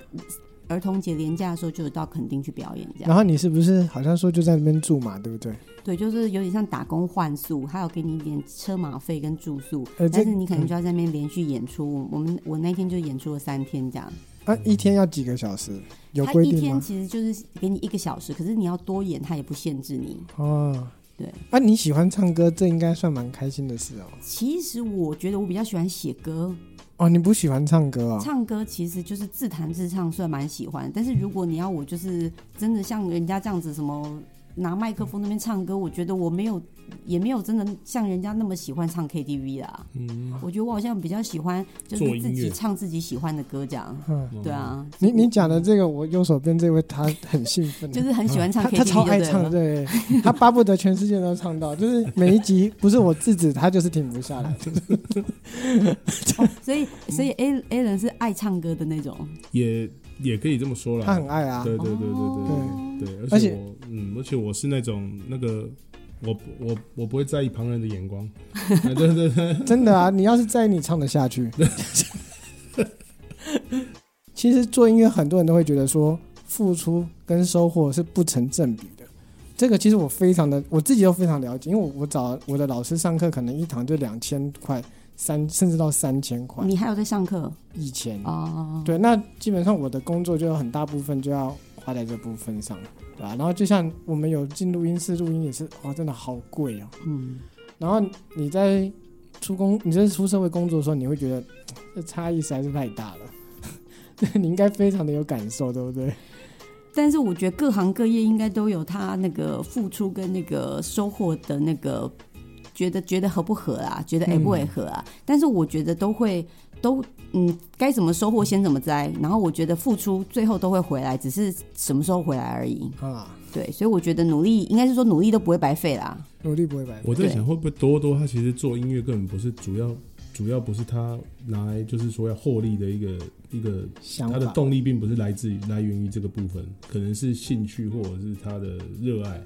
[SPEAKER 2] 儿童节连假的时候就有到垦丁去表演，这
[SPEAKER 4] 然
[SPEAKER 2] 样。
[SPEAKER 4] 后你是不是好像说就在那边住嘛，对不对？
[SPEAKER 2] 对，就是有点像打工换宿，还有给你一点车马费跟住宿，
[SPEAKER 4] 呃这
[SPEAKER 2] 但是你可能就要在那边连续演出。我们我那天就演出了三天这样。
[SPEAKER 4] 啊，一天要几个小时？有
[SPEAKER 2] 嗯他
[SPEAKER 4] 规
[SPEAKER 2] 一
[SPEAKER 4] 定
[SPEAKER 2] 天
[SPEAKER 4] 吗？
[SPEAKER 2] 其实就是给你一个小时，可是你要多演，他也不限制你。
[SPEAKER 4] 哦，
[SPEAKER 2] 对。
[SPEAKER 4] 啊，你喜欢唱歌，这应该算蛮开心的事哦。
[SPEAKER 2] 其实我觉得我比较喜欢写歌，
[SPEAKER 4] 哦，你不喜欢唱歌哦？
[SPEAKER 2] 唱歌其实就是自弹自唱，算蛮喜欢。但是如果你要我就是真的像人家这样子什么。拿麦克风那边唱歌，我觉得我没有，也没有真的像人家那么喜欢唱 KTV 啦。
[SPEAKER 3] 嗯，
[SPEAKER 2] 我觉得我好像比较喜欢，就
[SPEAKER 3] 做
[SPEAKER 2] 是
[SPEAKER 3] 音
[SPEAKER 2] 自己
[SPEAKER 3] 乐
[SPEAKER 2] 唱自己喜欢的歌这样。
[SPEAKER 4] 嗯，
[SPEAKER 2] 对，啊，
[SPEAKER 4] 你你讲的这个，我右手边这位他很兴奋，
[SPEAKER 2] 就是很喜欢唱
[SPEAKER 4] 他
[SPEAKER 2] KTV，
[SPEAKER 4] 他超爱
[SPEAKER 2] 就对
[SPEAKER 4] 唱，
[SPEAKER 2] 了
[SPEAKER 4] 对，他巴不得全世界都唱到，就是每一集不是我制止他，就是停不下来。
[SPEAKER 2] 所以所以
[SPEAKER 4] 嗯
[SPEAKER 2] A A 人是爱唱歌的那种，
[SPEAKER 3] 嗯也也可以这么说啦。
[SPEAKER 4] 他很爱啊，
[SPEAKER 3] 对对对
[SPEAKER 2] 哦
[SPEAKER 3] 对对对，
[SPEAKER 4] 而
[SPEAKER 3] 而
[SPEAKER 4] 且
[SPEAKER 3] 且我嗯，而且我是那种那个，我我我不会在意旁人的眼光，啊对对对，
[SPEAKER 4] 真的啊！你要是在意，你唱得下去。 其实做音乐，很多人都会觉得说，付出跟收获是不成正比的。这个其实我非常的，我自己都非常了解，因为我我找我的老师上课，可能一堂就两千块、三甚至到三千块
[SPEAKER 2] 你还有在上课
[SPEAKER 4] 以前。
[SPEAKER 2] 哦？
[SPEAKER 4] 对，那基本上我的工作就有很大部分就要花在这部分上，对吧、然后就像我们有进录音室录音也是，哇，真的好贵哦。
[SPEAKER 2] 嗯，
[SPEAKER 4] 然后你在出工，你在出社会工作的时候，你会觉得嘖这差异实在是太大了， 你应该非常的有感受，对不对？
[SPEAKER 2] 但是我觉得各行各业应该都有他那个付出跟那个收获的那个，觉得觉得合不合啊，
[SPEAKER 4] 嗯
[SPEAKER 2] 觉得哎不违和啊。但是我觉得都会都嗯，该怎么收获先怎么栽，然后我觉得付出最后都会回来，只是什么时候回来而已。
[SPEAKER 4] 啊，
[SPEAKER 2] 对，所以我觉得努力应该是说努力都不会白费啦。
[SPEAKER 4] 努力不会白费。
[SPEAKER 3] 我在想会不会多多他其实做音乐根本不是主要，主要不是他拿来就是说要获利的一个一个，
[SPEAKER 4] 想
[SPEAKER 3] 他的
[SPEAKER 4] 法
[SPEAKER 3] 动力并不是来自于来源于这个部分，可能是兴趣或者是他的热爱，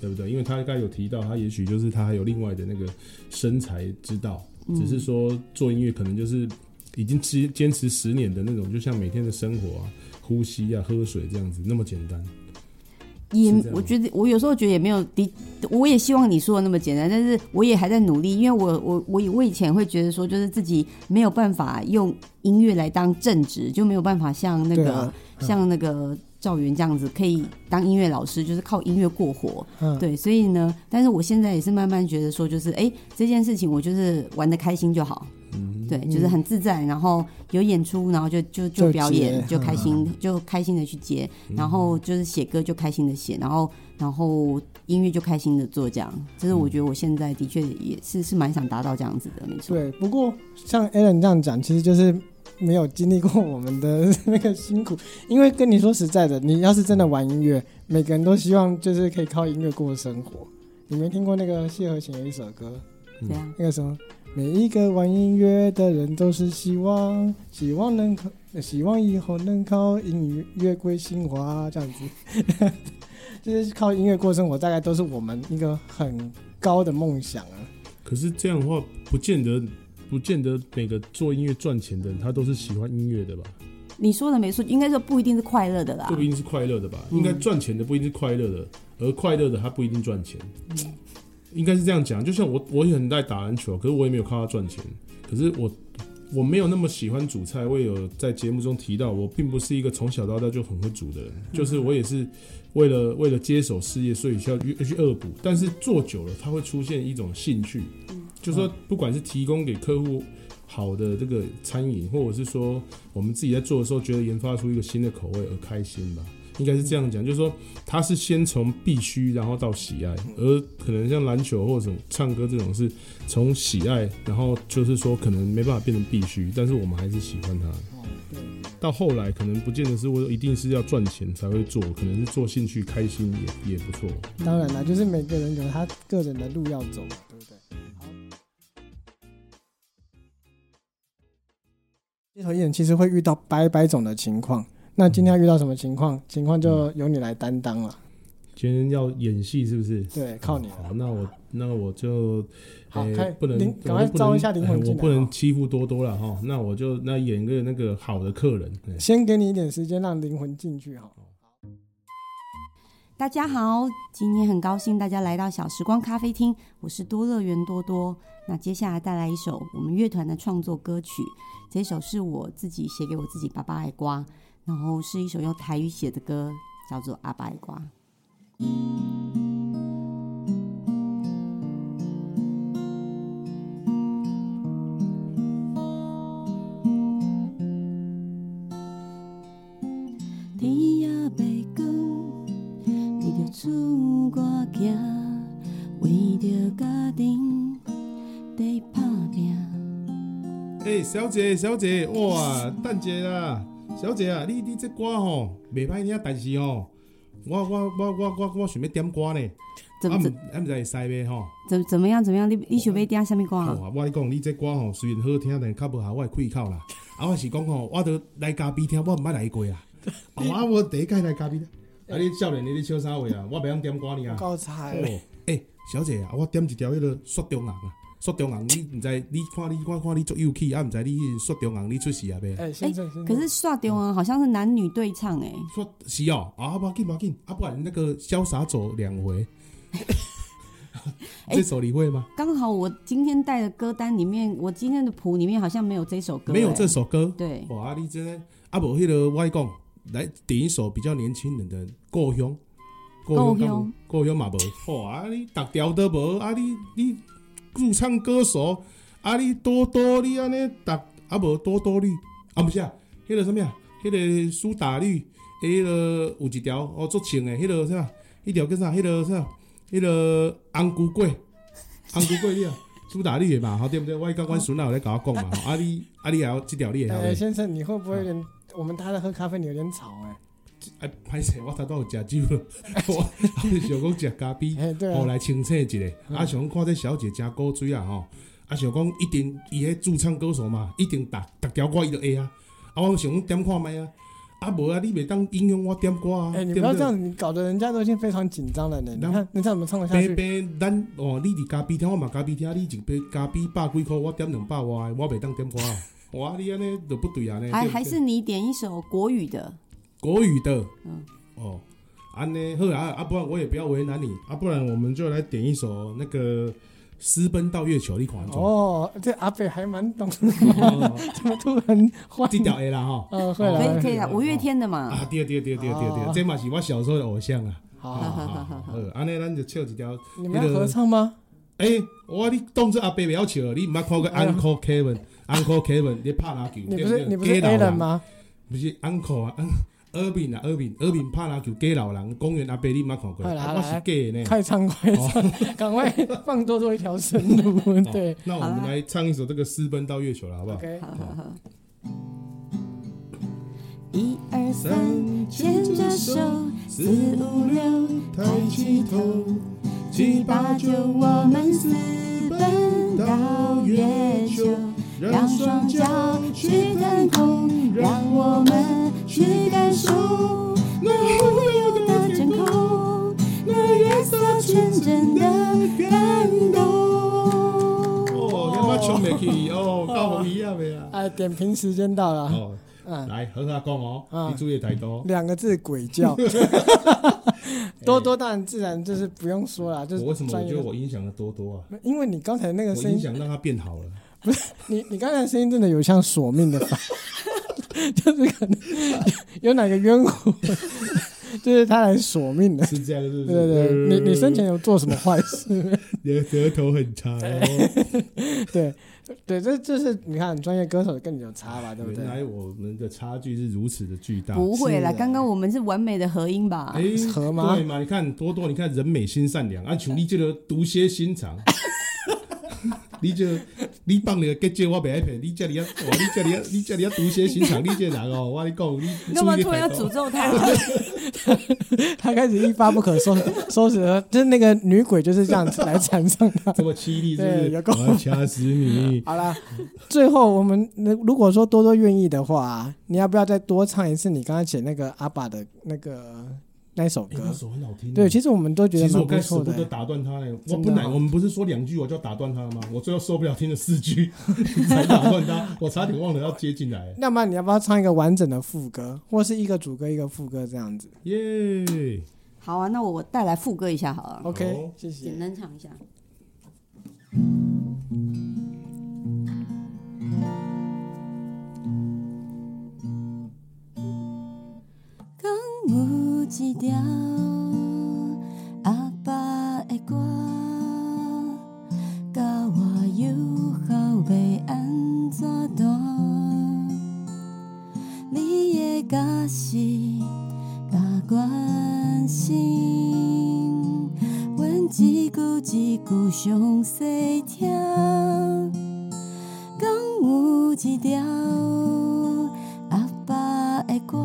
[SPEAKER 3] 对不对？因为他刚才有提到，他也许就是他还有另外的那个生财之道，只是说做音乐可能就是已经坚坚持十年的那种，就像每天的生活啊、呼吸啊、喝水这样子那么简单。是这样吗
[SPEAKER 2] 也我觉得我有时候觉得也没有的，我也希望你说的那么简单，但是我也还在努力，因为我我我以我以前会觉得说，就是自己没有办法用音乐来当正职，就没有办法像那
[SPEAKER 4] 对
[SPEAKER 2] 个、
[SPEAKER 4] 啊嗯
[SPEAKER 2] 像那个赵源这样子可以当音乐老师，就是靠音乐过活。
[SPEAKER 4] 嗯，
[SPEAKER 2] 对，所以呢，但是我现在也是慢慢觉得说，就是哎、诶这件事情我就是玩的开心就好，
[SPEAKER 3] 嗯，
[SPEAKER 2] 对，就是很自在，然后有演出，然后就就就
[SPEAKER 4] 就
[SPEAKER 2] 表演，
[SPEAKER 4] 接
[SPEAKER 2] 就开心，就开心的去接，然后就是写歌就开心的写，然后然后音乐就开心的做，这样，这是我觉得我现在的确也是是蛮想达到这样子的，没错。
[SPEAKER 4] 对，不过像 Alan 这样讲，其实就是没有经历过我们的 那个辛苦，因为跟你说实在的，你要是真的玩音乐，每个人都希望就是可以靠音乐过生活。你没听过那个谢和弦有一首歌，
[SPEAKER 3] 嗯
[SPEAKER 2] 对啊，
[SPEAKER 4] 那个什么，每一个玩音乐的人都是希望，希望能靠，希望以后能靠音乐归心华这样子， 就是靠音乐过生活，大概都是我们一个很高的梦想啊。
[SPEAKER 3] 可是这样的话，不见得，不见得每个做音乐赚钱的人，他都是喜欢音乐的吧？
[SPEAKER 2] 你说的没错，应该说不一定是快乐的啦
[SPEAKER 3] 这。不一定是快乐的吧？应该赚钱的不一定是快乐的，而快乐的他不一定赚钱。应该是这样讲，就像我，我也很爱打篮球，可是我也没有靠它赚钱。可是我，我没有那么喜欢煮菜。我也有在节目中提到，我并不是一个从小到大就很会煮的人，就是我也是为了为了接手事业，所以需要去去恶补。但是做久了，它会出现一种兴趣，就说不管是提供给客户好的这个餐饮，或者是说我们自己在做的时候，觉得研发出一个新的口味而开心吧。应该是这样讲，就是说它是先从必须，然后到喜爱，而可能像篮球或者唱歌这种是从喜爱，然后就是说可能没办法变成必须，但是我们还是喜欢它。到后来可能不见得是我一定是要赚钱才会做，可能是做兴趣开心也也不错。
[SPEAKER 4] 当然啦，就是每个人有他个人的路要走嘛，对不对？好街头艺人其实会遇到
[SPEAKER 3] 嗯
[SPEAKER 4] 百百种的情况，那今天要遇到什么情况？情况就由你来担当了。
[SPEAKER 3] 今天要演戏是不是？
[SPEAKER 4] 对，靠你了。
[SPEAKER 3] 哦好，那我那我就，
[SPEAKER 4] 好
[SPEAKER 3] 哎
[SPEAKER 4] 开
[SPEAKER 3] 不能
[SPEAKER 4] 灵，赶快
[SPEAKER 3] 我就不
[SPEAKER 4] 招
[SPEAKER 3] 能
[SPEAKER 4] 一下灵
[SPEAKER 3] 哎
[SPEAKER 4] 魂进
[SPEAKER 3] 我
[SPEAKER 4] 来
[SPEAKER 3] 不能
[SPEAKER 4] 哈
[SPEAKER 3] 欺负多多了哈。那我就那演一个那个好的客人。哎
[SPEAKER 4] 先给你一点时间让灵魂进去哈。
[SPEAKER 3] 嗯
[SPEAKER 2] 大家好，今天很高兴大家来到小时光咖啡厅，我是多乐园多多。那接下来带来一首我们乐团的创作歌曲，这首是我自己写给我自己爸爸爱瓜，然后是一首用台语写的歌，叫做《阿爸爱瓜》。天也未光。为着厝外行，为着家庭在打拼。
[SPEAKER 3] 哎、小姐，小姐，哇，蛋姐啦，小姐啊，你你这歌吼袂歹听，但是吼，我我我我我我想要点歌呢，
[SPEAKER 2] 怎
[SPEAKER 3] 啊
[SPEAKER 2] 么怎
[SPEAKER 3] 毋啊毋知会使袂吼。
[SPEAKER 2] 怎怎么样？怎么样？你你想要点什么歌啊？
[SPEAKER 3] 好啊，我跟你讲，你这歌吼虽然好听，但是较无合我的胃口啦。啊，我是讲吼，我都来嘉宾听，我毋捌来过啦。哦啊，我第一届来嘉宾。啊，你少年，你咧笑啥话啊？我袂晓点歌呢啊。
[SPEAKER 4] 高才
[SPEAKER 3] 哦，诶、小姐啊，我点一条迄个雪中红啊，雪中红，你毋知，你看你看看你足有气，啊，毋知你迄雪中红你出事啊袂？
[SPEAKER 4] 哎，先生，先生
[SPEAKER 2] 可是刷丢啊，好像是男女对唱哎、
[SPEAKER 3] 说是哦，啊，不要紧不要紧，啊，不然那个潇洒走两回。这首你会吗？
[SPEAKER 2] 刚好我今天带的歌单里面，我今天的谱里面好像没有这首歌、
[SPEAKER 3] 没有
[SPEAKER 2] 哎
[SPEAKER 3] 这首歌。
[SPEAKER 2] 对，
[SPEAKER 3] 哇，啊你真的啊，无迄个我跟你讲来点一首比较年轻人的《故乡》，
[SPEAKER 2] 故乡
[SPEAKER 3] 敢有，故乡嘛无。哇，啊你逐条都无，啊你你驻唱歌手，啊你多多你安尼逐啊无多多绿，啊不是啊，迄个什么啊，迄个苏打绿，迄个有一条哦足穿的，迄个啥，迄条叫啥，迄个啥，迄个红菇粿，红菇粿你啊。苏打绿的嘛，好对不对？我刚阮孙仔有咧甲我讲嘛，吼啊你啊你也要这条你会 晓
[SPEAKER 4] 哎，
[SPEAKER 3] 袂？
[SPEAKER 4] 先生，你会不会有
[SPEAKER 3] 嗯
[SPEAKER 4] 点？我们大家喝咖啡，你有点吵哎。
[SPEAKER 3] 哎，歹势，我头拄有食酒了， 我我是想讲食咖啡，
[SPEAKER 4] 哎，嗯对
[SPEAKER 3] 后
[SPEAKER 4] 啊，
[SPEAKER 3] 来清醒一下，啊想讲看这小姐诚古锥啊吼，啊想讲一定伊迄驻唱歌手嘛，一定逐逐条歌伊就会啊，啊我想讲点看麦啊，啊无啊你袂当影响我点歌啊，
[SPEAKER 4] 哎，你
[SPEAKER 3] 对
[SPEAKER 4] 不要
[SPEAKER 3] 不
[SPEAKER 4] 这样
[SPEAKER 3] 对？
[SPEAKER 4] 子，你搞得人家都已经非常紧张了呢。你
[SPEAKER 3] 那
[SPEAKER 4] 看人家怎么唱得下
[SPEAKER 3] 平
[SPEAKER 4] 去？
[SPEAKER 3] 平咱哦，你伫咖啡厅，我嘛咖啡厅，你一杯咖啡百几箍，我点两百外的，我袂当点歌啊， 哇你安尼就不对啊呢，
[SPEAKER 2] 还
[SPEAKER 3] 对不对
[SPEAKER 2] 还是你点一首国语的，
[SPEAKER 3] 国语的，
[SPEAKER 2] 嗯
[SPEAKER 3] 哦，安呢，后来啊，不然我也不要为难你啊，不然我们就来点一首那个《私奔到月球》你款哦，
[SPEAKER 4] 哦，这阿北还蛮懂，
[SPEAKER 3] 哦
[SPEAKER 4] 怎么突然换？
[SPEAKER 3] 这条 A 啦哈。
[SPEAKER 4] 呃，会
[SPEAKER 3] 好
[SPEAKER 2] 可以
[SPEAKER 4] 了，
[SPEAKER 2] 可以啊，五月天的嘛。
[SPEAKER 3] 啊，对对对对对
[SPEAKER 4] 哦
[SPEAKER 3] 对，这嘛是我小时候的偶像啊！啊
[SPEAKER 4] 好，
[SPEAKER 3] 啊，好 好安尼咱就唱一条。
[SPEAKER 4] 你们要合唱吗？
[SPEAKER 3] 诶，我你当作阿伯袂晓唱，你毋捌看过 Uncle Kevin，Uncle Kevin 你拍篮球，
[SPEAKER 4] 哎你
[SPEAKER 3] 对
[SPEAKER 4] 不
[SPEAKER 3] 对
[SPEAKER 4] 是你不是
[SPEAKER 3] 假老
[SPEAKER 4] A
[SPEAKER 3] 人
[SPEAKER 4] 人吗？
[SPEAKER 3] 不是 uncle 啊，二饼啊，二饼，二饼拍篮球假老人，公园阿伯你毋捌看过，
[SPEAKER 4] 好啦
[SPEAKER 3] 啊
[SPEAKER 4] 好啦
[SPEAKER 3] 我是假的呢。
[SPEAKER 4] 快唱快
[SPEAKER 3] 哦
[SPEAKER 4] 唱， 赶快放多多一条生路。对
[SPEAKER 3] 那我们来唱一首这个《私奔到月球》了，好不好？
[SPEAKER 4] ，OK，
[SPEAKER 2] 一二三，牵着手，四五六，抬起头，
[SPEAKER 3] 七
[SPEAKER 2] 八九，我们私奔到月球，让双脚去腾空，让我们去感受那无忧的天空，那月色纯真的感动。
[SPEAKER 3] 哦，要不要唱袂去？哦，到红一样未啊？
[SPEAKER 4] 哎，点评时间到了，
[SPEAKER 3] 哦，
[SPEAKER 4] 嗯，
[SPEAKER 3] 来和他讲哦，
[SPEAKER 4] 嗯
[SPEAKER 3] 你注意太多。
[SPEAKER 4] 两个字鬼 叫。 多多当然自然就是不用说了，就是
[SPEAKER 3] 哎我为什么
[SPEAKER 4] 嗯
[SPEAKER 3] 我
[SPEAKER 4] 专
[SPEAKER 3] 觉
[SPEAKER 4] 业
[SPEAKER 3] 得
[SPEAKER 4] 的。
[SPEAKER 3] 我影响的多多啊？
[SPEAKER 4] 因为你刚才那个
[SPEAKER 3] 我
[SPEAKER 4] 声
[SPEAKER 3] 影
[SPEAKER 4] 音，
[SPEAKER 3] 响让他变好了。
[SPEAKER 4] 你你刚才的声音真的有像索命的吧， 就是可能有哪个冤魂，就是他来索命的。
[SPEAKER 3] 是这样，是不是？
[SPEAKER 4] 对对对，你你生前有做什么坏事？
[SPEAKER 3] 你的舌头很长哦。
[SPEAKER 4] 对对，这这是你看专业歌手跟你有差吧，对不
[SPEAKER 3] 原
[SPEAKER 4] 对？
[SPEAKER 3] 来我们的差距是如此的巨大。
[SPEAKER 2] 不会啦，
[SPEAKER 4] 是啊
[SPEAKER 2] 刚刚我们是完美的合音吧？
[SPEAKER 3] 哎，
[SPEAKER 4] 合吗
[SPEAKER 3] 对嘛？你看多多，你看人美心善良，啊，像你这个毒蝎心肠， 你这个你放你个结界，我袂爱骗你，这里啊，哇，你这里啊，你这里啊，毒蝎心肠，你这个人哦，我跟你讲，你
[SPEAKER 2] 你干嘛突然要
[SPEAKER 3] 注意点
[SPEAKER 2] 诅咒 他？
[SPEAKER 4] 他开始一发不可收拾，收拾了，就是那个女鬼就是这样子来缠上他。
[SPEAKER 3] 这么凄厉，是不
[SPEAKER 4] 对
[SPEAKER 3] 是？
[SPEAKER 4] 有够
[SPEAKER 3] 我要掐死你！
[SPEAKER 4] 好啦，最后我们那如果说多啊多愿意的话，你要不要再多唱一次你刚才写那个阿爸的那个那一首歌
[SPEAKER 3] 哎，那。首很好听啊。
[SPEAKER 4] 对，其实我们都觉
[SPEAKER 3] 其
[SPEAKER 4] 得
[SPEAKER 3] 实我
[SPEAKER 4] 蛮不
[SPEAKER 3] 该舍
[SPEAKER 4] 错
[SPEAKER 3] 不
[SPEAKER 4] 的、欸
[SPEAKER 3] 得打断他嘞，我
[SPEAKER 4] 真的
[SPEAKER 3] 不难，
[SPEAKER 4] 哦
[SPEAKER 3] 我们不是说两句我就要打断他了吗？我最后受不了听了四句 才打断他， 我差点忘了要接进来。
[SPEAKER 4] 那么你要不要唱一个完整的副歌，或是一个主歌一个副歌这样子
[SPEAKER 3] 耶、
[SPEAKER 2] 好啊，那我带来副歌一下好了，
[SPEAKER 4] ？OK，、
[SPEAKER 3] 好
[SPEAKER 4] 谢谢
[SPEAKER 2] 简。单唱一下。敢有一条阿爸的歌，教我以后要安怎弹？你的教示甲关心，阮一句一句详细听。讲有一条阿爸的歌，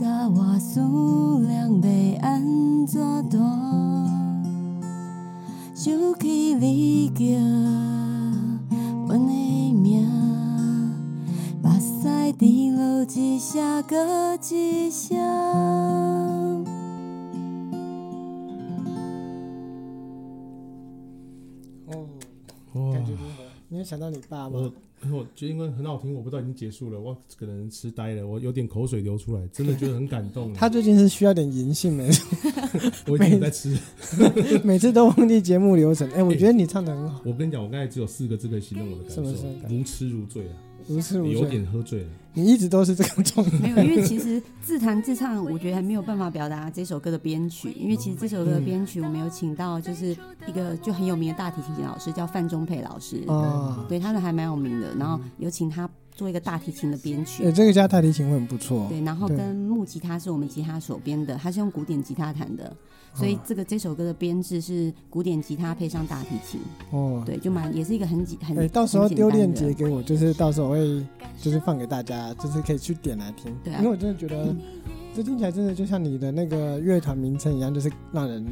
[SPEAKER 2] 甲我思量要安怎弹？想起你叫阮的名，目屎滴落一声搁一声。
[SPEAKER 4] 哦，
[SPEAKER 3] 哇
[SPEAKER 4] 感觉如何？你有想到你爸
[SPEAKER 3] 我
[SPEAKER 4] 吗？
[SPEAKER 3] 我觉得因为很好听，我不知道已经结束了，我可能痴呆了，我有点口水流出来，真的觉得很感动。啊
[SPEAKER 4] 他最近是需要点银杏的，
[SPEAKER 3] 我一直在吃。
[SPEAKER 4] 每次都忘记节目流程。哎、我觉得你唱的很好，
[SPEAKER 3] 我跟你讲，我刚才只有四个字可以形容我的感受
[SPEAKER 4] 什么是，
[SPEAKER 3] 如痴如醉啊，
[SPEAKER 4] 如痴如
[SPEAKER 3] 有
[SPEAKER 4] 醉。
[SPEAKER 3] 点喝醉了。
[SPEAKER 4] 你一直都是这个状 态。
[SPEAKER 2] 没有，因为其实自弹自唱，我觉得还没有办法表达这首歌的编曲，因为其实这首歌的编曲我们有请到就是一个就很有名的大提琴老师，叫范中佩老师，
[SPEAKER 4] 哦，
[SPEAKER 2] 对，他们还蛮有名的，然后有请他做一个大提琴的编曲
[SPEAKER 4] 对，。哎这个家大提琴会很不错。
[SPEAKER 2] 对，然后
[SPEAKER 4] 嗯对
[SPEAKER 2] 跟木吉他是我们吉他手编的，它是用古典吉他弹的，所
[SPEAKER 4] 哦
[SPEAKER 2] 以这个这首歌的编制是古典吉他配上大提琴，
[SPEAKER 4] 哦，
[SPEAKER 2] 对，就蛮也是一个很简很、
[SPEAKER 4] 哎、到时候
[SPEAKER 2] 很简
[SPEAKER 4] 丢
[SPEAKER 2] 单的
[SPEAKER 4] 链接给我，就是到时候我会就是放给大家，就是可以去点来听。
[SPEAKER 2] 对啊
[SPEAKER 4] 因为我真的觉 得这听起来真的就像你的那个乐团名称一样，就是让人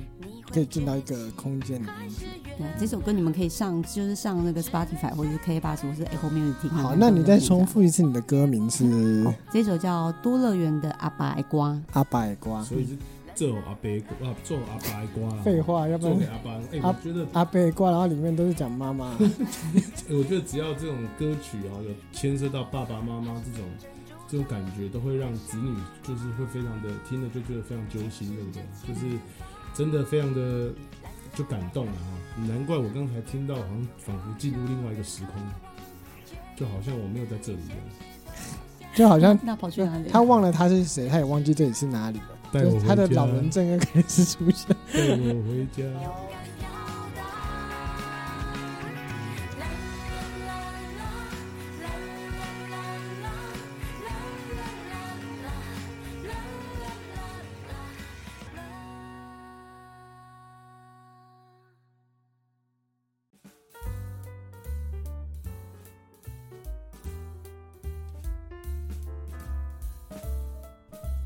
[SPEAKER 4] 可以进到一个空间里面去。
[SPEAKER 2] 对，这首歌你们可以上就是上那个 Spotify 或者是 K 八十或是 Apple Music 听看看。
[SPEAKER 4] 好，那你再
[SPEAKER 2] 这首歌
[SPEAKER 4] 重复一次你的歌名是
[SPEAKER 2] 哦这首叫《多乐园的阿爸爱瓜》。
[SPEAKER 4] 阿百瓜。
[SPEAKER 3] 所以是这种阿伯瓜啊，做阿伯的瓜啦，
[SPEAKER 4] 废话，要不
[SPEAKER 3] 做给
[SPEAKER 4] 然
[SPEAKER 3] 阿伯。哎、
[SPEAKER 4] 阿
[SPEAKER 3] 我觉得，
[SPEAKER 4] 阿贝瓜，然后里面都是讲妈妈。
[SPEAKER 3] 哎我觉得只要这种歌曲啊，有牵涉到爸爸妈妈这种这种感觉，都会让子女就是会非常的听了就觉得非常揪心，对不对？就是真的非常的就感动了啊！难怪我刚才听到，好像仿佛进入另外一个时空，就好像我没有在这里一样。
[SPEAKER 4] 就好 像
[SPEAKER 2] 那跑去哪里？
[SPEAKER 4] 他忘了他是谁，他也忘记这里是哪里了。
[SPEAKER 3] 带
[SPEAKER 4] 就
[SPEAKER 3] 我
[SPEAKER 4] 是
[SPEAKER 3] 回
[SPEAKER 4] 他的
[SPEAKER 3] 家
[SPEAKER 4] 老人症又开始出现。
[SPEAKER 3] 带我回家。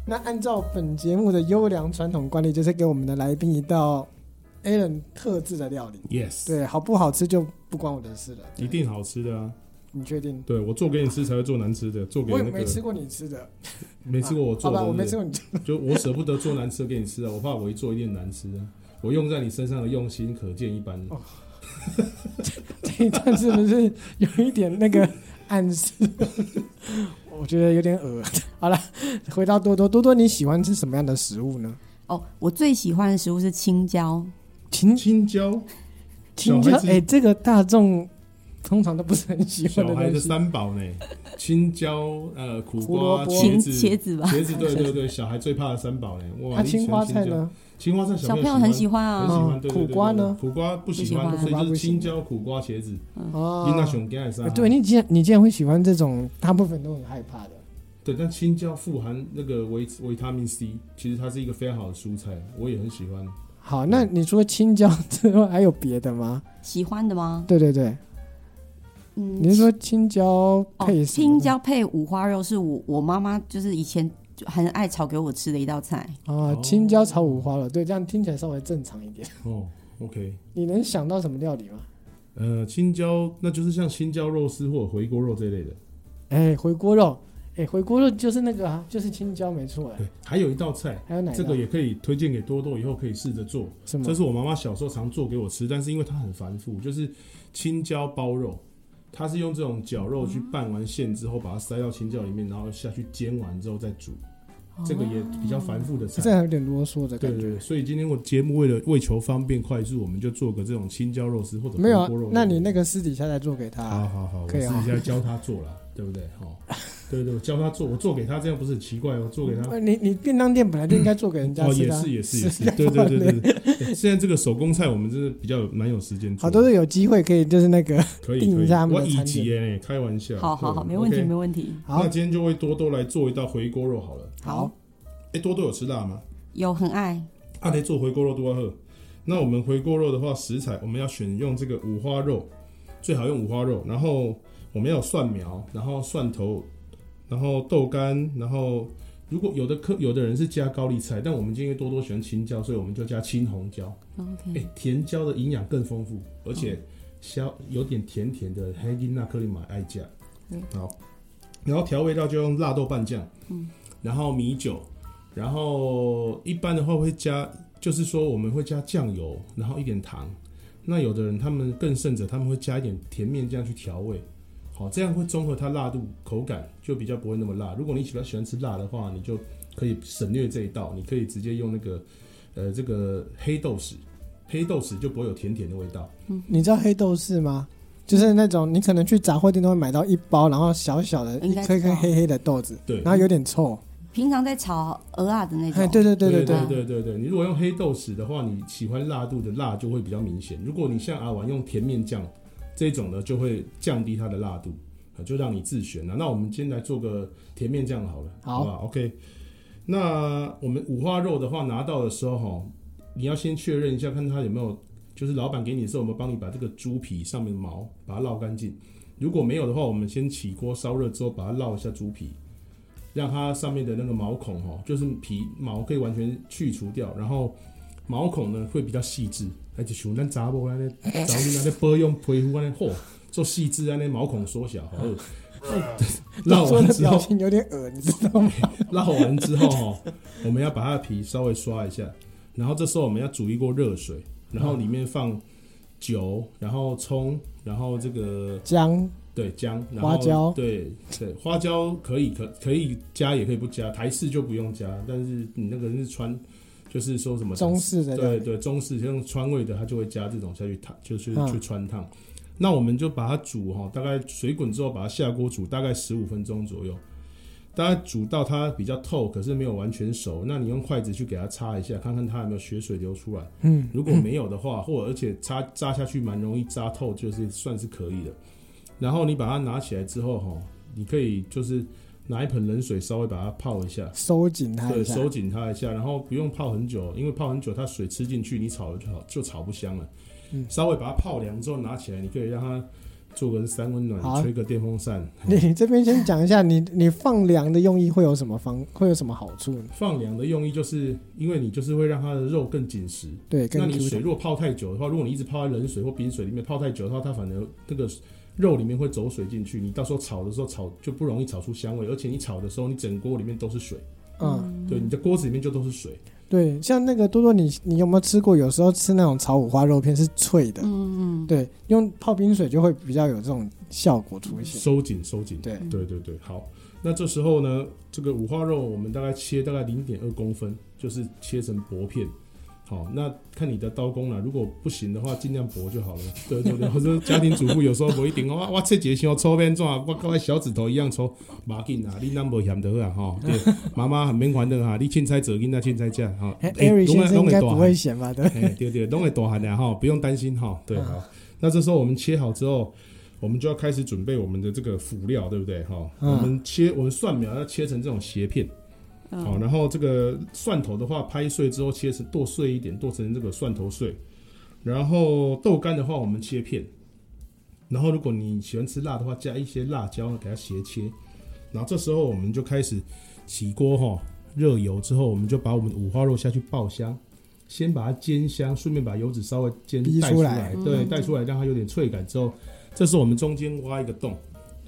[SPEAKER 4] 那按照本节目的优良传统惯例，就是给我们的来宾一道 a l a n 特制的料理。
[SPEAKER 3] Yes，，
[SPEAKER 4] 对，好不好吃就不关我的事了。
[SPEAKER 3] 一定好吃的啊！
[SPEAKER 4] 你确定？
[SPEAKER 3] 对我做给你吃才会做难吃的，做给
[SPEAKER 4] 我也
[SPEAKER 3] 那
[SPEAKER 4] 没吃
[SPEAKER 3] 个
[SPEAKER 4] 过你吃的，啊
[SPEAKER 3] 没吃过我
[SPEAKER 4] 好
[SPEAKER 3] 做的，
[SPEAKER 4] 吧，我没
[SPEAKER 3] 对
[SPEAKER 4] 吃
[SPEAKER 3] 不
[SPEAKER 4] 过你吃的。
[SPEAKER 3] 对就我舍不得做难吃的给你吃啊，我怕我一做一定难吃啊。我用在你身上的用心可见一斑。
[SPEAKER 4] 哦这一段是不是有一点那个暗示？ 我觉得有点恶。好了，回到多多，多多你喜欢吃什么样的食物呢？
[SPEAKER 2] 哦，我最喜欢的食物是青椒，
[SPEAKER 4] 青
[SPEAKER 3] 青椒，
[SPEAKER 4] 青椒
[SPEAKER 3] 小，孩子
[SPEAKER 4] 哎、这个大众通常都不是很喜欢
[SPEAKER 3] 小
[SPEAKER 4] 的
[SPEAKER 3] 孩
[SPEAKER 4] 东
[SPEAKER 3] 的
[SPEAKER 4] 西。
[SPEAKER 3] 三宝呢？青椒，呃，苦
[SPEAKER 4] 胡萝、
[SPEAKER 3] 瓜
[SPEAKER 4] 卜
[SPEAKER 2] 青
[SPEAKER 3] 茄子、
[SPEAKER 2] 茄子吧。
[SPEAKER 3] 茄子，对对对，小孩最怕的三宝呢。哇，
[SPEAKER 4] 那
[SPEAKER 3] 你喜欢
[SPEAKER 4] 青花菜
[SPEAKER 3] 青椒？
[SPEAKER 4] 呢？
[SPEAKER 3] 青花菜小
[SPEAKER 2] 小
[SPEAKER 3] 朋
[SPEAKER 2] 朋友
[SPEAKER 3] 很
[SPEAKER 2] 很喜
[SPEAKER 3] 很
[SPEAKER 2] 欢啊，
[SPEAKER 3] 喜
[SPEAKER 4] 哦
[SPEAKER 3] 欢。对对对
[SPEAKER 4] 苦瓜呢
[SPEAKER 3] 对苦瓜不喜
[SPEAKER 2] 不
[SPEAKER 3] 欢，
[SPEAKER 2] 喜
[SPEAKER 4] 欢
[SPEAKER 3] 所以就是
[SPEAKER 4] 苦瓜不行
[SPEAKER 3] 青椒、苦瓜、茄子。
[SPEAKER 4] 哦
[SPEAKER 3] 囡仔啊熊给爱三。
[SPEAKER 4] 对你竟然你竟然会喜欢这种，大部分都很害怕的。
[SPEAKER 3] 对，但青椒富含那个维维他命 C，其实它是一个非常好的蔬菜，我也很喜欢。
[SPEAKER 4] 好，那
[SPEAKER 3] 嗯
[SPEAKER 4] 你除了青椒之外，还有别的吗？
[SPEAKER 2] 喜欢的吗？
[SPEAKER 4] 对对对，
[SPEAKER 2] 嗯，
[SPEAKER 4] 你是说青椒配
[SPEAKER 2] 哦，
[SPEAKER 4] 什么
[SPEAKER 2] 青椒配五花肉是我我妈妈就是以前就很爱炒给我吃的一道菜。
[SPEAKER 4] 啊？
[SPEAKER 3] 哦
[SPEAKER 4] 青椒炒五花肉，对，这样听起来稍微正常一点。
[SPEAKER 3] 哦，OK，
[SPEAKER 4] 你能想到什么料理吗？
[SPEAKER 3] 呃，青椒那就是像青椒肉丝或者回锅肉这类的。
[SPEAKER 4] 哎，回锅肉，哎，哎，回锅肉就是那个啊，就是青椒，没错哎。
[SPEAKER 3] 对，还有一道菜，
[SPEAKER 4] 还有哪一道？
[SPEAKER 3] 这个也可以推荐给多多，以后可以试着做。
[SPEAKER 4] 什么
[SPEAKER 3] 这？是我妈妈小时候常做给我吃，但是因为它很繁复，就是青椒包肉，它是用这种绞肉去拌完馅之后，把它塞到青椒里面，然后下去煎完之后再煮。这个也比较繁复的菜。
[SPEAKER 4] 哦这还有点啰嗦的
[SPEAKER 3] 对
[SPEAKER 4] 感
[SPEAKER 3] 对
[SPEAKER 4] 觉。
[SPEAKER 3] 对，所以今天我节目为了为求方便快速，我们就做个这种青椒肉丝或者
[SPEAKER 4] 没有
[SPEAKER 3] 火
[SPEAKER 4] 啊
[SPEAKER 3] 锅肉，丝。
[SPEAKER 4] 那你那个私底下再做给
[SPEAKER 3] 好
[SPEAKER 4] 他。
[SPEAKER 3] 好好，我
[SPEAKER 4] 可
[SPEAKER 3] 私
[SPEAKER 4] 以哦
[SPEAKER 3] 底下教他做啦， 对不对？哦，对对，我教他做，我做给他，这样不是很奇怪？哦我做给他。
[SPEAKER 4] 呃你你便当店本来就应该做给人家
[SPEAKER 3] 哦，
[SPEAKER 4] 吃
[SPEAKER 3] 也
[SPEAKER 4] 的啊。
[SPEAKER 3] 是也是也
[SPEAKER 4] 是
[SPEAKER 3] 是，对对对对对。对哎现在这个手工菜，我们真的比较有蛮有时间做
[SPEAKER 4] 好，都是有机会可以就是那 个
[SPEAKER 3] 可以
[SPEAKER 4] 定
[SPEAKER 3] 可
[SPEAKER 4] 一
[SPEAKER 3] 以，
[SPEAKER 4] 下他们
[SPEAKER 3] 我
[SPEAKER 4] 的
[SPEAKER 3] 以
[SPEAKER 4] 餐点
[SPEAKER 3] 及哎，开玩笑。
[SPEAKER 2] 好好好，
[SPEAKER 3] 对
[SPEAKER 2] 没问题
[SPEAKER 3] OK
[SPEAKER 2] 没问题。
[SPEAKER 4] 好
[SPEAKER 3] 那今天就为多多来做一道回锅肉好了。
[SPEAKER 4] 好
[SPEAKER 2] 好，
[SPEAKER 3] 哎，多多有吃辣吗？
[SPEAKER 2] 有很爱，
[SPEAKER 3] 阿雷啊做回锅肉都要喝。那我们回锅肉的话，食材我们要选用这个五花肉，最好用五花肉。然后我们要有蒜苗，然后蒜头，然后豆干，然后如果有的客有的人是加高丽菜，但我们今天因为多多喜欢青椒，所以我们就加青红椒。哎、
[SPEAKER 2] OK，
[SPEAKER 3] 甜椒的营养更丰富，而
[SPEAKER 2] 哦
[SPEAKER 3] 且香有点甜甜的黑金纳克里马爱酱。
[SPEAKER 2] 嗯
[SPEAKER 3] 好，然后调味料就用辣豆瓣酱，
[SPEAKER 2] 嗯，
[SPEAKER 3] 然后米酒，然后一般的话会加，就是说我们会加酱油，然后一点糖。那有的人他们更甚者，他们会加一点甜面酱去调味。好，这样会综合它辣度、口感，就比较不会那么辣。如果你喜欢喜欢吃辣的话，你就可以省略这一道，你可以直接用那个，呃，这个黑豆豉，黑豆豉就不会有甜甜的味道。
[SPEAKER 4] 你知道黑豆豉吗？就是那种你可能去杂货店都会买到一包，然后小小的一
[SPEAKER 2] 应该知道
[SPEAKER 4] 颗一颗黑黑的豆子，
[SPEAKER 3] 对
[SPEAKER 4] 然后有点臭。
[SPEAKER 2] 平常在炒鹅啊的那
[SPEAKER 4] 哎，
[SPEAKER 2] 种，
[SPEAKER 4] 对对对对
[SPEAKER 3] 对
[SPEAKER 4] 对，
[SPEAKER 3] 对对对你如果用黑豆豉的话，你喜欢辣度的辣就会比较明显。如果你像阿丸用甜面酱这种呢，就会降低它的辣度，啊就让你自选了、那我们今天来做个甜面酱好了，
[SPEAKER 4] 好
[SPEAKER 3] 好吧？OK。那我们五花肉的话，拿到的时候哈，你要先确认一下，看它有没有，就是老板给你的时候，我们帮你把这个猪皮上面的毛把它烙干净。如果没有的话，我们先起锅烧热之后，把它烙一下猪皮，让它上面的那个毛孔哦，就是皮毛可以完全去除掉，然后毛孔呢会比较细致，而且像咱查某安尼，查某安尼保养皮肤安尼好，做细致安尼毛孔缩小，好。
[SPEAKER 4] 老
[SPEAKER 3] 烙
[SPEAKER 4] 说
[SPEAKER 3] 完
[SPEAKER 4] 的
[SPEAKER 3] 之
[SPEAKER 4] 表
[SPEAKER 3] 后，
[SPEAKER 4] 情有点恶，你知 道吗？
[SPEAKER 3] 烙完之后哦，我们要把它的皮稍微刷一下，然后这时候我们要煮一锅热水，然后里面放酒，然后葱，然后这个
[SPEAKER 4] 姜
[SPEAKER 3] 对姜，然后
[SPEAKER 4] 花椒
[SPEAKER 3] 对对，花椒可以可可以加也可以不加，台式就不用加，但是你那个人是川，就是说什么
[SPEAKER 4] 中式的料
[SPEAKER 3] 对
[SPEAKER 4] 理
[SPEAKER 3] 对，中式像川味的，它就会加这种下去烫，就是
[SPEAKER 4] 嗯
[SPEAKER 3] 去穿烫。那我们就把它煮哈，大概水滚之后，把它下锅煮大概十五分钟左右。大概煮到它比较透，可是没有完全熟，那你用筷子去给它擦一下，看看它有没有血水流出来。
[SPEAKER 4] 嗯，
[SPEAKER 3] 如果没有的话，或而且扎扎下去蛮容易扎透，就是算是可以的。然后你把它拿起来之后，哈，你可以就是拿一盆冷水稍微把它泡一下，
[SPEAKER 4] 收紧它
[SPEAKER 3] 对，
[SPEAKER 4] 一下。
[SPEAKER 3] 收紧它一下，然后不用泡很久，因为泡很久它水吃进去，你炒了就好就炒不香了。
[SPEAKER 4] 嗯
[SPEAKER 3] 稍微把它泡凉之后拿起来，你可以让它做个三温暖，
[SPEAKER 4] 好啊
[SPEAKER 3] 吹个电风扇。
[SPEAKER 4] 你你这边先讲一下，你你放凉的用意会有什么方，会有什么好处呢？
[SPEAKER 3] 放凉的用意就是因为你就是会让它的肉更紧实，
[SPEAKER 4] 对，跟
[SPEAKER 3] 那你
[SPEAKER 4] Q
[SPEAKER 3] 水
[SPEAKER 4] 弹
[SPEAKER 3] 如果泡太久的话，如果你一直泡在冷水或冰水里面泡太久的话，它反而那个肉里面会走水进去，你到时候炒的时候炒就不容易炒出香味，而且你炒的时候你整锅里面都是水，
[SPEAKER 4] 嗯，
[SPEAKER 3] 对，你的锅子里面就都是水，
[SPEAKER 4] 对，像那个多多，你你有没有吃过？有时候吃那种炒五花肉片是脆的，
[SPEAKER 2] 嗯嗯，。
[SPEAKER 4] 对，用泡冰水就会比较有这种效果出现。
[SPEAKER 3] 收紧收紧。
[SPEAKER 4] 对，
[SPEAKER 3] 对对对，好。那这时候呢，这个五花肉我们大概切大概零点二公分，就是切成薄片。好，那看你的刀工啊啦，如果不行的话，尽量薄就好了。对对对，我说家庭主妇有时候不一定哦，哇，我切节像抽边状，我跟我小指头一样抽，马紧啊，你那么嫌得啊哈，对，妈妈很免烦恼哈，你凊彩做囡仔凊彩吃哈，
[SPEAKER 4] 哎
[SPEAKER 3] 欸
[SPEAKER 4] ，Ari 先生应该不。
[SPEAKER 3] 拢会拢会大
[SPEAKER 4] 会嫌吧？对，
[SPEAKER 3] 哎，对对，拢会大汉的哈，不用担心哈。
[SPEAKER 4] 啊
[SPEAKER 3] 对，好，那这时候我们切好之后，我们就要开始准备我们的这个辅料，对不对？哈，
[SPEAKER 4] 嗯
[SPEAKER 3] 我们切我们蒜苗要切成这种斜片，
[SPEAKER 4] 嗯
[SPEAKER 3] 好，然后这个蒜头的话拍碎之后切成剁碎一点，剁成这个蒜头碎。然后豆干的话，我们切片。然后如果你喜欢吃辣的话，加一些辣椒给它斜切。然后这时候我们就开始起锅哈，热油之后，我们就把我们的五花肉下去爆香，先把它煎香，顺便把油脂稍微煎
[SPEAKER 4] 逼
[SPEAKER 3] 带
[SPEAKER 4] 出
[SPEAKER 3] 出
[SPEAKER 4] 来嗯
[SPEAKER 3] 来，对，带出来让它有点脆感之后，这时候我们中间挖一个洞，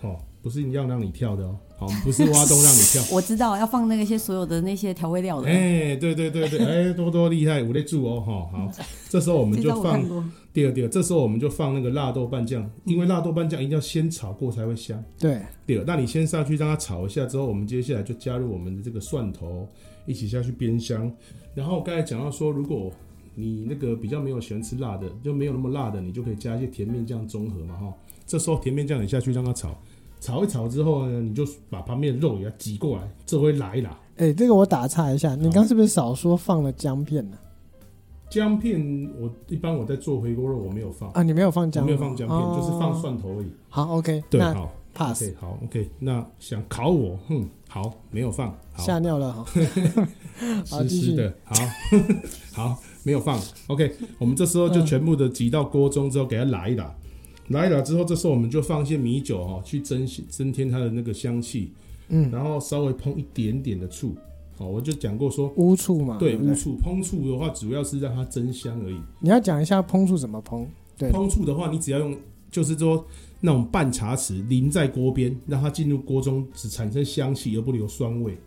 [SPEAKER 3] 哦，不是要让你跳的哦，好，不是挖洞让你跳
[SPEAKER 2] 我知道要放那些所有的那些调味料的，
[SPEAKER 3] 哎、对对对对，哎、多多厉害，我在住哦，哈，好，这时候我们
[SPEAKER 2] 这
[SPEAKER 3] 就
[SPEAKER 2] 招我
[SPEAKER 3] 放
[SPEAKER 2] 看过。
[SPEAKER 3] 第二第二，这时候我们就放那个辣豆瓣酱，因为辣豆瓣酱一定要先炒过才会香。
[SPEAKER 4] 对，
[SPEAKER 3] 第二，那你先上去让它炒一下之后，我们接下来就加入我们的这个蒜头，一起下去煸香。然后刚才讲到说，如果你那个比较没有喜欢吃辣的，就没有那么辣的，你就可以加一些甜面酱中和嘛哈。这时候甜面酱你下去让它炒，炒一炒之后呢，你就把旁边的肉给它挤过来，这会拉一拉。
[SPEAKER 4] 哎，这个我打岔一下，你刚是不是少说放了姜片呢？
[SPEAKER 3] 姜片我一般我在做回锅肉我没有放，
[SPEAKER 4] 啊，你没有放
[SPEAKER 3] 我
[SPEAKER 4] 姜，
[SPEAKER 3] 没有放姜片，
[SPEAKER 4] 哦
[SPEAKER 3] 就是放。蒜头而已。
[SPEAKER 4] 好，OK，
[SPEAKER 3] 对，
[SPEAKER 4] 那
[SPEAKER 3] 好
[SPEAKER 4] pass
[SPEAKER 3] ，OK，好，OK，那想考我，哼，好，没有放，好，
[SPEAKER 4] 吓尿 了哈。哦 好
[SPEAKER 3] 湿
[SPEAKER 4] 继
[SPEAKER 3] 湿
[SPEAKER 4] 续
[SPEAKER 3] 的，好， 好，没有放，OK，我们这时候就全部的挤到锅中之后，给它来一打，来一打之后，这时候我们就放一些米酒哈、哦，去增增添它的那个香气，
[SPEAKER 4] 嗯，
[SPEAKER 3] 然后稍微烹一点点的醋，好、我就讲过说。
[SPEAKER 4] 乌醋嘛，
[SPEAKER 3] 对，
[SPEAKER 4] 不嗯对
[SPEAKER 3] 乌醋烹醋的话，主要是让它增香而已。
[SPEAKER 4] 你要讲一下烹醋怎么烹。对，
[SPEAKER 3] 烹醋的话，你只要用，就是说那种半茶匙淋在锅边，让它进入锅中，只产生香气而不留酸味。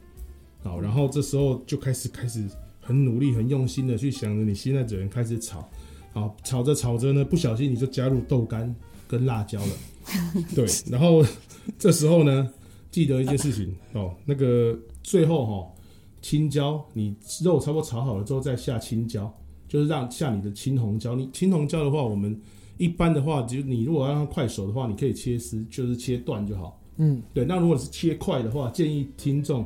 [SPEAKER 3] 好，然后这时候就开始开始很努力、很用心的去想着你现在只能开始炒。好，炒着炒着呢，不小心你就加入豆干跟辣椒了。对，然后这时候呢，记得一件事情哦，那个最后哈、青椒，你肉差不多炒好了之后再下青椒，就是让下你的青红椒。你青红椒的话，我们一般的话，就你如果要让它快熟的话，你可以切丝，就是切段就好。
[SPEAKER 4] 嗯，
[SPEAKER 3] 对，那如果是切块的话，建议听众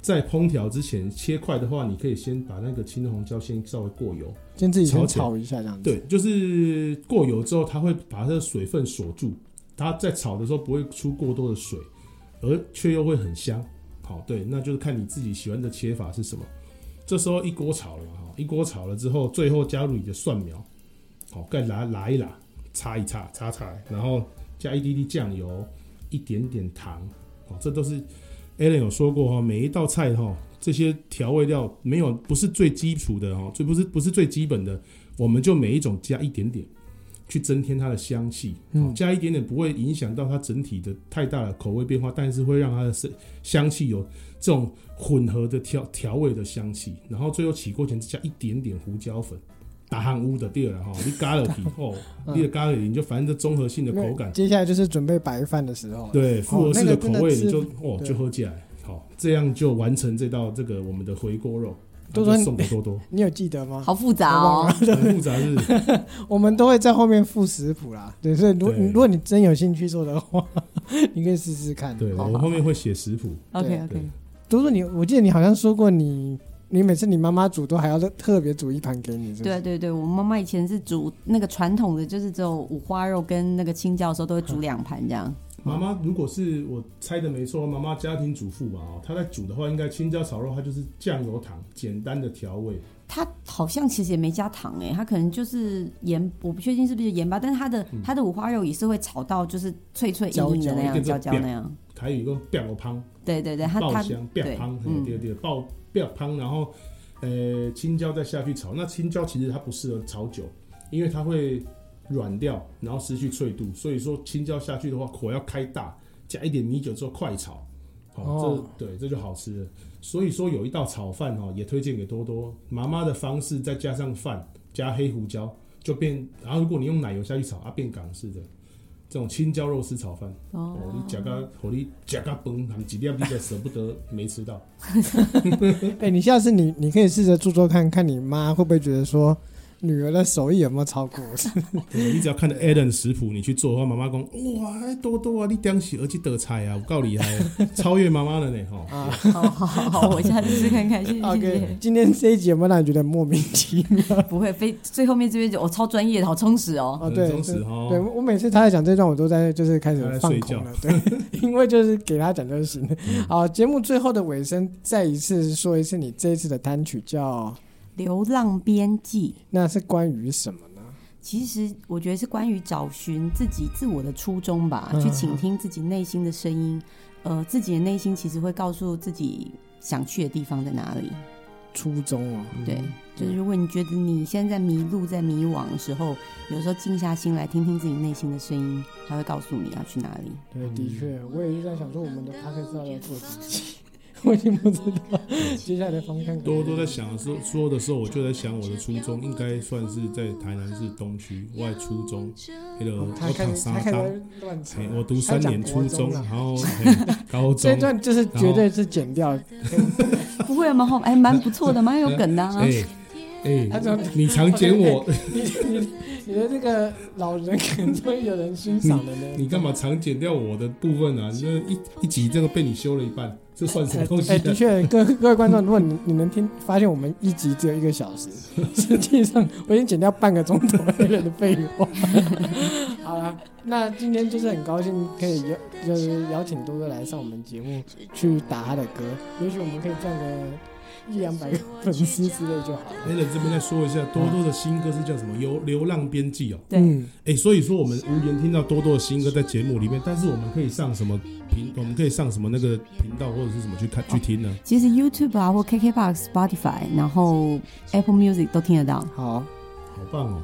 [SPEAKER 3] 在烹调之前切块的话，你可以先把那个青红椒先稍微过油。
[SPEAKER 4] 先自己先
[SPEAKER 3] 炒起来
[SPEAKER 4] 炒一下这样子。
[SPEAKER 3] 对，就是过油之后，它会把它的水分锁住，它在炒的时候不会出过多的水，而却又会很香。好，对，那就是看你自己喜欢的切法是什么。这时候一锅炒了嘛，哈，一锅炒了之后，最后加入你的蒜苗，好，再拿拿一拿，擦一擦，擦擦，然后加一滴滴酱油，一点点糖，好，哦这都是 Alan 有说过哈，每一道菜哈，这些调味料没有不是最基础的哈，最不是不是最基本的，我们就每一种加一点点，去增添它的香气。哦
[SPEAKER 4] 嗯
[SPEAKER 3] 加一点点不会影响到它整体的太大的口味变化，但是会让它的香香气有这种混合的调调味的香气。然后最后起锅前加一点点胡椒粉，打汗屋的第二了哈，你嘎了皮哦，你的嘎了皮你就反正这综合性的口感
[SPEAKER 4] 那，接下来就是准备白饭的时候。
[SPEAKER 3] 对复合式的口味
[SPEAKER 4] 哦那个真的
[SPEAKER 3] 你就哦
[SPEAKER 4] 对
[SPEAKER 3] 就喝起来。好，这样就完成这道这个我们的回锅肉，啊
[SPEAKER 4] 多多
[SPEAKER 3] 就送给 多多，
[SPEAKER 4] 你有记得吗？
[SPEAKER 2] 好复杂哦。
[SPEAKER 3] 很复杂是不是。
[SPEAKER 4] 我们都会在后面附食谱啦。对，所以如果
[SPEAKER 3] 对
[SPEAKER 4] 如果你真有兴趣做的话， 你可以试试看。
[SPEAKER 3] 对，
[SPEAKER 2] 好好
[SPEAKER 3] 我后面会写食谱。
[SPEAKER 2] OK
[SPEAKER 3] 对
[SPEAKER 2] OK，
[SPEAKER 4] 多多你，我记得你好像说过你，你每次你妈妈煮都还要特别煮一盘给你，是不
[SPEAKER 2] 对
[SPEAKER 4] 是？
[SPEAKER 2] 对对，我妈妈以前是煮那个传统的，就是只有五花肉跟那个青椒的时候，都会煮两盘这样。
[SPEAKER 3] 妈妈，如果是我猜的没错，妈妈家庭主妇嘛，哦，她在煮的话，应该青椒炒肉，它就是酱油糖，简单的调味。
[SPEAKER 2] 它好像其实也没加糖哎、它可能就是盐，我不确定是不是盐巴，但是它的、
[SPEAKER 3] 嗯
[SPEAKER 2] 它的五花肉也是会炒到就是脆脆硬硬的那样，
[SPEAKER 3] 焦焦
[SPEAKER 2] 焦焦那样。
[SPEAKER 3] 还有一个爆香，
[SPEAKER 2] 对对对，它
[SPEAKER 3] 爆
[SPEAKER 2] 它
[SPEAKER 3] 香，爆
[SPEAKER 2] 对
[SPEAKER 3] 香，
[SPEAKER 2] 嗯
[SPEAKER 3] 对对对，爆爆香，然后呃，青椒再下去炒。那青椒其实它不适合炒久，因为它会软掉，然后失去脆度。所以说青椒下去的话，火要开大，加一点米酒之后快炒。哦
[SPEAKER 4] 哦，
[SPEAKER 3] 这对，这就好吃了。所以说有一道炒饭哦，也推荐给多多。妈妈的方式再加上饭，加黑胡椒，就变。然后如果你用奶油下去炒，啊，变港式的这种青椒肉丝炒饭。哦，你夹个，火力夹个崩，他们几粒你都舍不得没吃到。
[SPEAKER 4] 哎、你下次你你可以试着做做看看，你妈会不会觉得说女儿的手艺有没有超过？
[SPEAKER 3] 对你只要看到 Alan 的食谱，你去做的话，妈妈讲哇，哎多多啊，你当时而去得菜啊，有 够厉害的，超越妈妈了呢，吼、
[SPEAKER 2] 好好好好，我下次试看看，谢 谢
[SPEAKER 3] 啊
[SPEAKER 2] 谢
[SPEAKER 4] OK，
[SPEAKER 2] 谢。
[SPEAKER 4] 今天这一集有没有让你觉得莫名其妙？
[SPEAKER 2] 不会，非最后面这边就哦我超专业的，好充实哦。
[SPEAKER 4] 哦，对，
[SPEAKER 3] 很忠实
[SPEAKER 4] 对
[SPEAKER 3] 哦
[SPEAKER 4] 对我每次他在讲这段，我都在就是开始放空了，对， 因为就是给他讲就行了。
[SPEAKER 3] 嗯
[SPEAKER 4] 好，节目最后的尾声，再一次说一次你这一次的单曲叫，
[SPEAKER 2] 流浪边际，
[SPEAKER 4] 那是关于什么呢？
[SPEAKER 2] 其实我觉得是关于找寻自己自我的初衷吧，
[SPEAKER 4] 嗯
[SPEAKER 2] 去倾听自己内心的声音。呃，自己的内心其实会告诉自己想去的地方在哪里。
[SPEAKER 4] 初衷哦。
[SPEAKER 3] 嗯
[SPEAKER 2] 对，就是如果你觉得你现在迷路、在迷惘的时候，有时候静下心来听听自己内心的声音，它会告诉你要去哪里。
[SPEAKER 4] 对，的确，我也是在想说，我们的 p o d c a 要做什么。 我已经不知道接下来的方向。
[SPEAKER 3] 多多在想的时候说的时候，我就在想我的初中应该算是在台南市东区外初中，那个
[SPEAKER 4] 哦他
[SPEAKER 3] 我
[SPEAKER 4] 开始，他
[SPEAKER 3] 考三
[SPEAKER 4] 开
[SPEAKER 3] 高
[SPEAKER 4] 始，乱扯
[SPEAKER 3] 嘿。我读三年初中，
[SPEAKER 4] 他
[SPEAKER 3] 然
[SPEAKER 4] 讲国
[SPEAKER 3] 后嘿 高
[SPEAKER 4] 这
[SPEAKER 3] 中，
[SPEAKER 4] 段就是绝对是剪掉。
[SPEAKER 2] 不会蛮好，哎，蛮 不错的，蛮有梗的、啊。
[SPEAKER 3] 哎哎
[SPEAKER 4] 他讲，
[SPEAKER 3] 你常 剪我，
[SPEAKER 4] 你你你的这个老人可能会有人欣赏的呢。
[SPEAKER 3] 你干嘛常剪掉我的部分啊？你这一一集这个被你修了一半，这算什么东西
[SPEAKER 4] 哎，
[SPEAKER 3] 啊
[SPEAKER 4] 的？确，各各位观众，如果你你能听发现我们一集只有一个小 时，实际上我已经剪掉半个钟头黑人的废话。 好了，那今天就是很高兴可以邀就是邀请多多来上我们节目去打他的歌，也许我们可以赚个一两百个粉丝之类就好了。
[SPEAKER 3] 黑人哎这边再说一下，多多的新歌是叫什么？流流浪编辑哦。
[SPEAKER 2] 对，
[SPEAKER 4] 嗯
[SPEAKER 3] 哎、所以说我们无缘听到多多的新歌在节目里面，但是我们可以上什么频，我们可以上什么那个频道或者是什么去看去听呢？
[SPEAKER 2] 其实 YouTube 啊，或 KKBox、Spotify，然后 Apple Music 都听得到。
[SPEAKER 4] 好，啊
[SPEAKER 3] 好棒哦！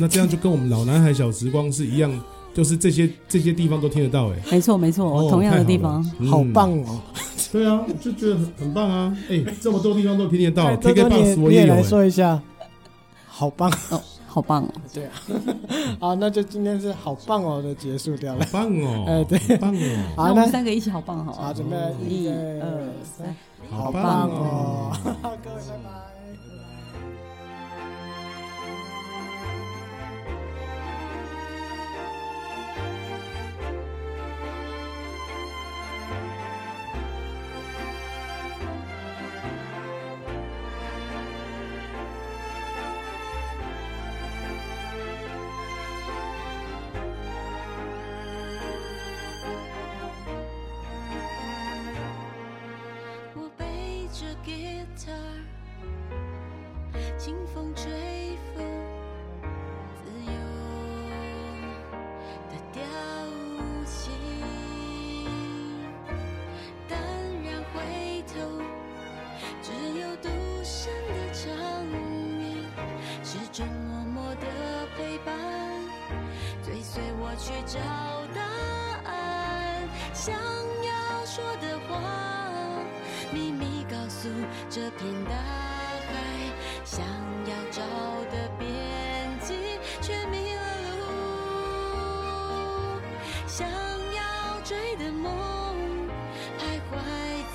[SPEAKER 3] 那这样就跟我们老男孩小时光是一样，就是这些这些地方都听得到哎、
[SPEAKER 2] 没错，没错，
[SPEAKER 3] 哦
[SPEAKER 2] 同样的
[SPEAKER 3] 太好
[SPEAKER 2] 地
[SPEAKER 3] 了
[SPEAKER 2] 方。
[SPEAKER 3] 嗯
[SPEAKER 4] 好棒哦！
[SPEAKER 3] 对啊，我就觉得很很棒啊！哎、这么多地方都听得到
[SPEAKER 4] 哎多多你也
[SPEAKER 3] ，KKBox 我
[SPEAKER 4] 你也
[SPEAKER 3] 有、
[SPEAKER 4] 来
[SPEAKER 3] 哎
[SPEAKER 4] 说一下，好 棒！
[SPEAKER 2] 哦，好棒哦！
[SPEAKER 4] 对啊，好，那就今天是好棒哦的结束掉
[SPEAKER 3] 好
[SPEAKER 4] 了。
[SPEAKER 3] 棒哦！
[SPEAKER 4] 哎对
[SPEAKER 3] 好棒哦！
[SPEAKER 2] 那
[SPEAKER 4] 好，啊那
[SPEAKER 2] 我们三个一起好棒好
[SPEAKER 4] 好，
[SPEAKER 2] 啊！
[SPEAKER 4] 准备
[SPEAKER 2] 一二三。
[SPEAKER 3] 好
[SPEAKER 2] 棒
[SPEAKER 3] 棒
[SPEAKER 4] 哦
[SPEAKER 3] 哦！
[SPEAKER 4] 各位拜拜。
[SPEAKER 1] 我背着吉他，清风吹拂自由的调性，淡然回头，只有独身的场面，始终默默的陪伴，追随我去找答案，想要说的话。秘密告诉这片大海，想要找的边际却迷了路，想要追的梦徘徊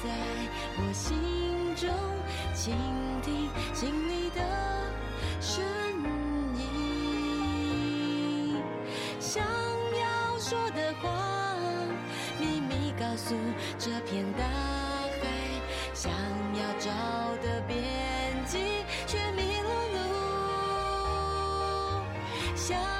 [SPEAKER 1] 在我心中，倾听心里的声音，想要说的话，秘密告诉这片大海。想要找的边际，却迷了路。想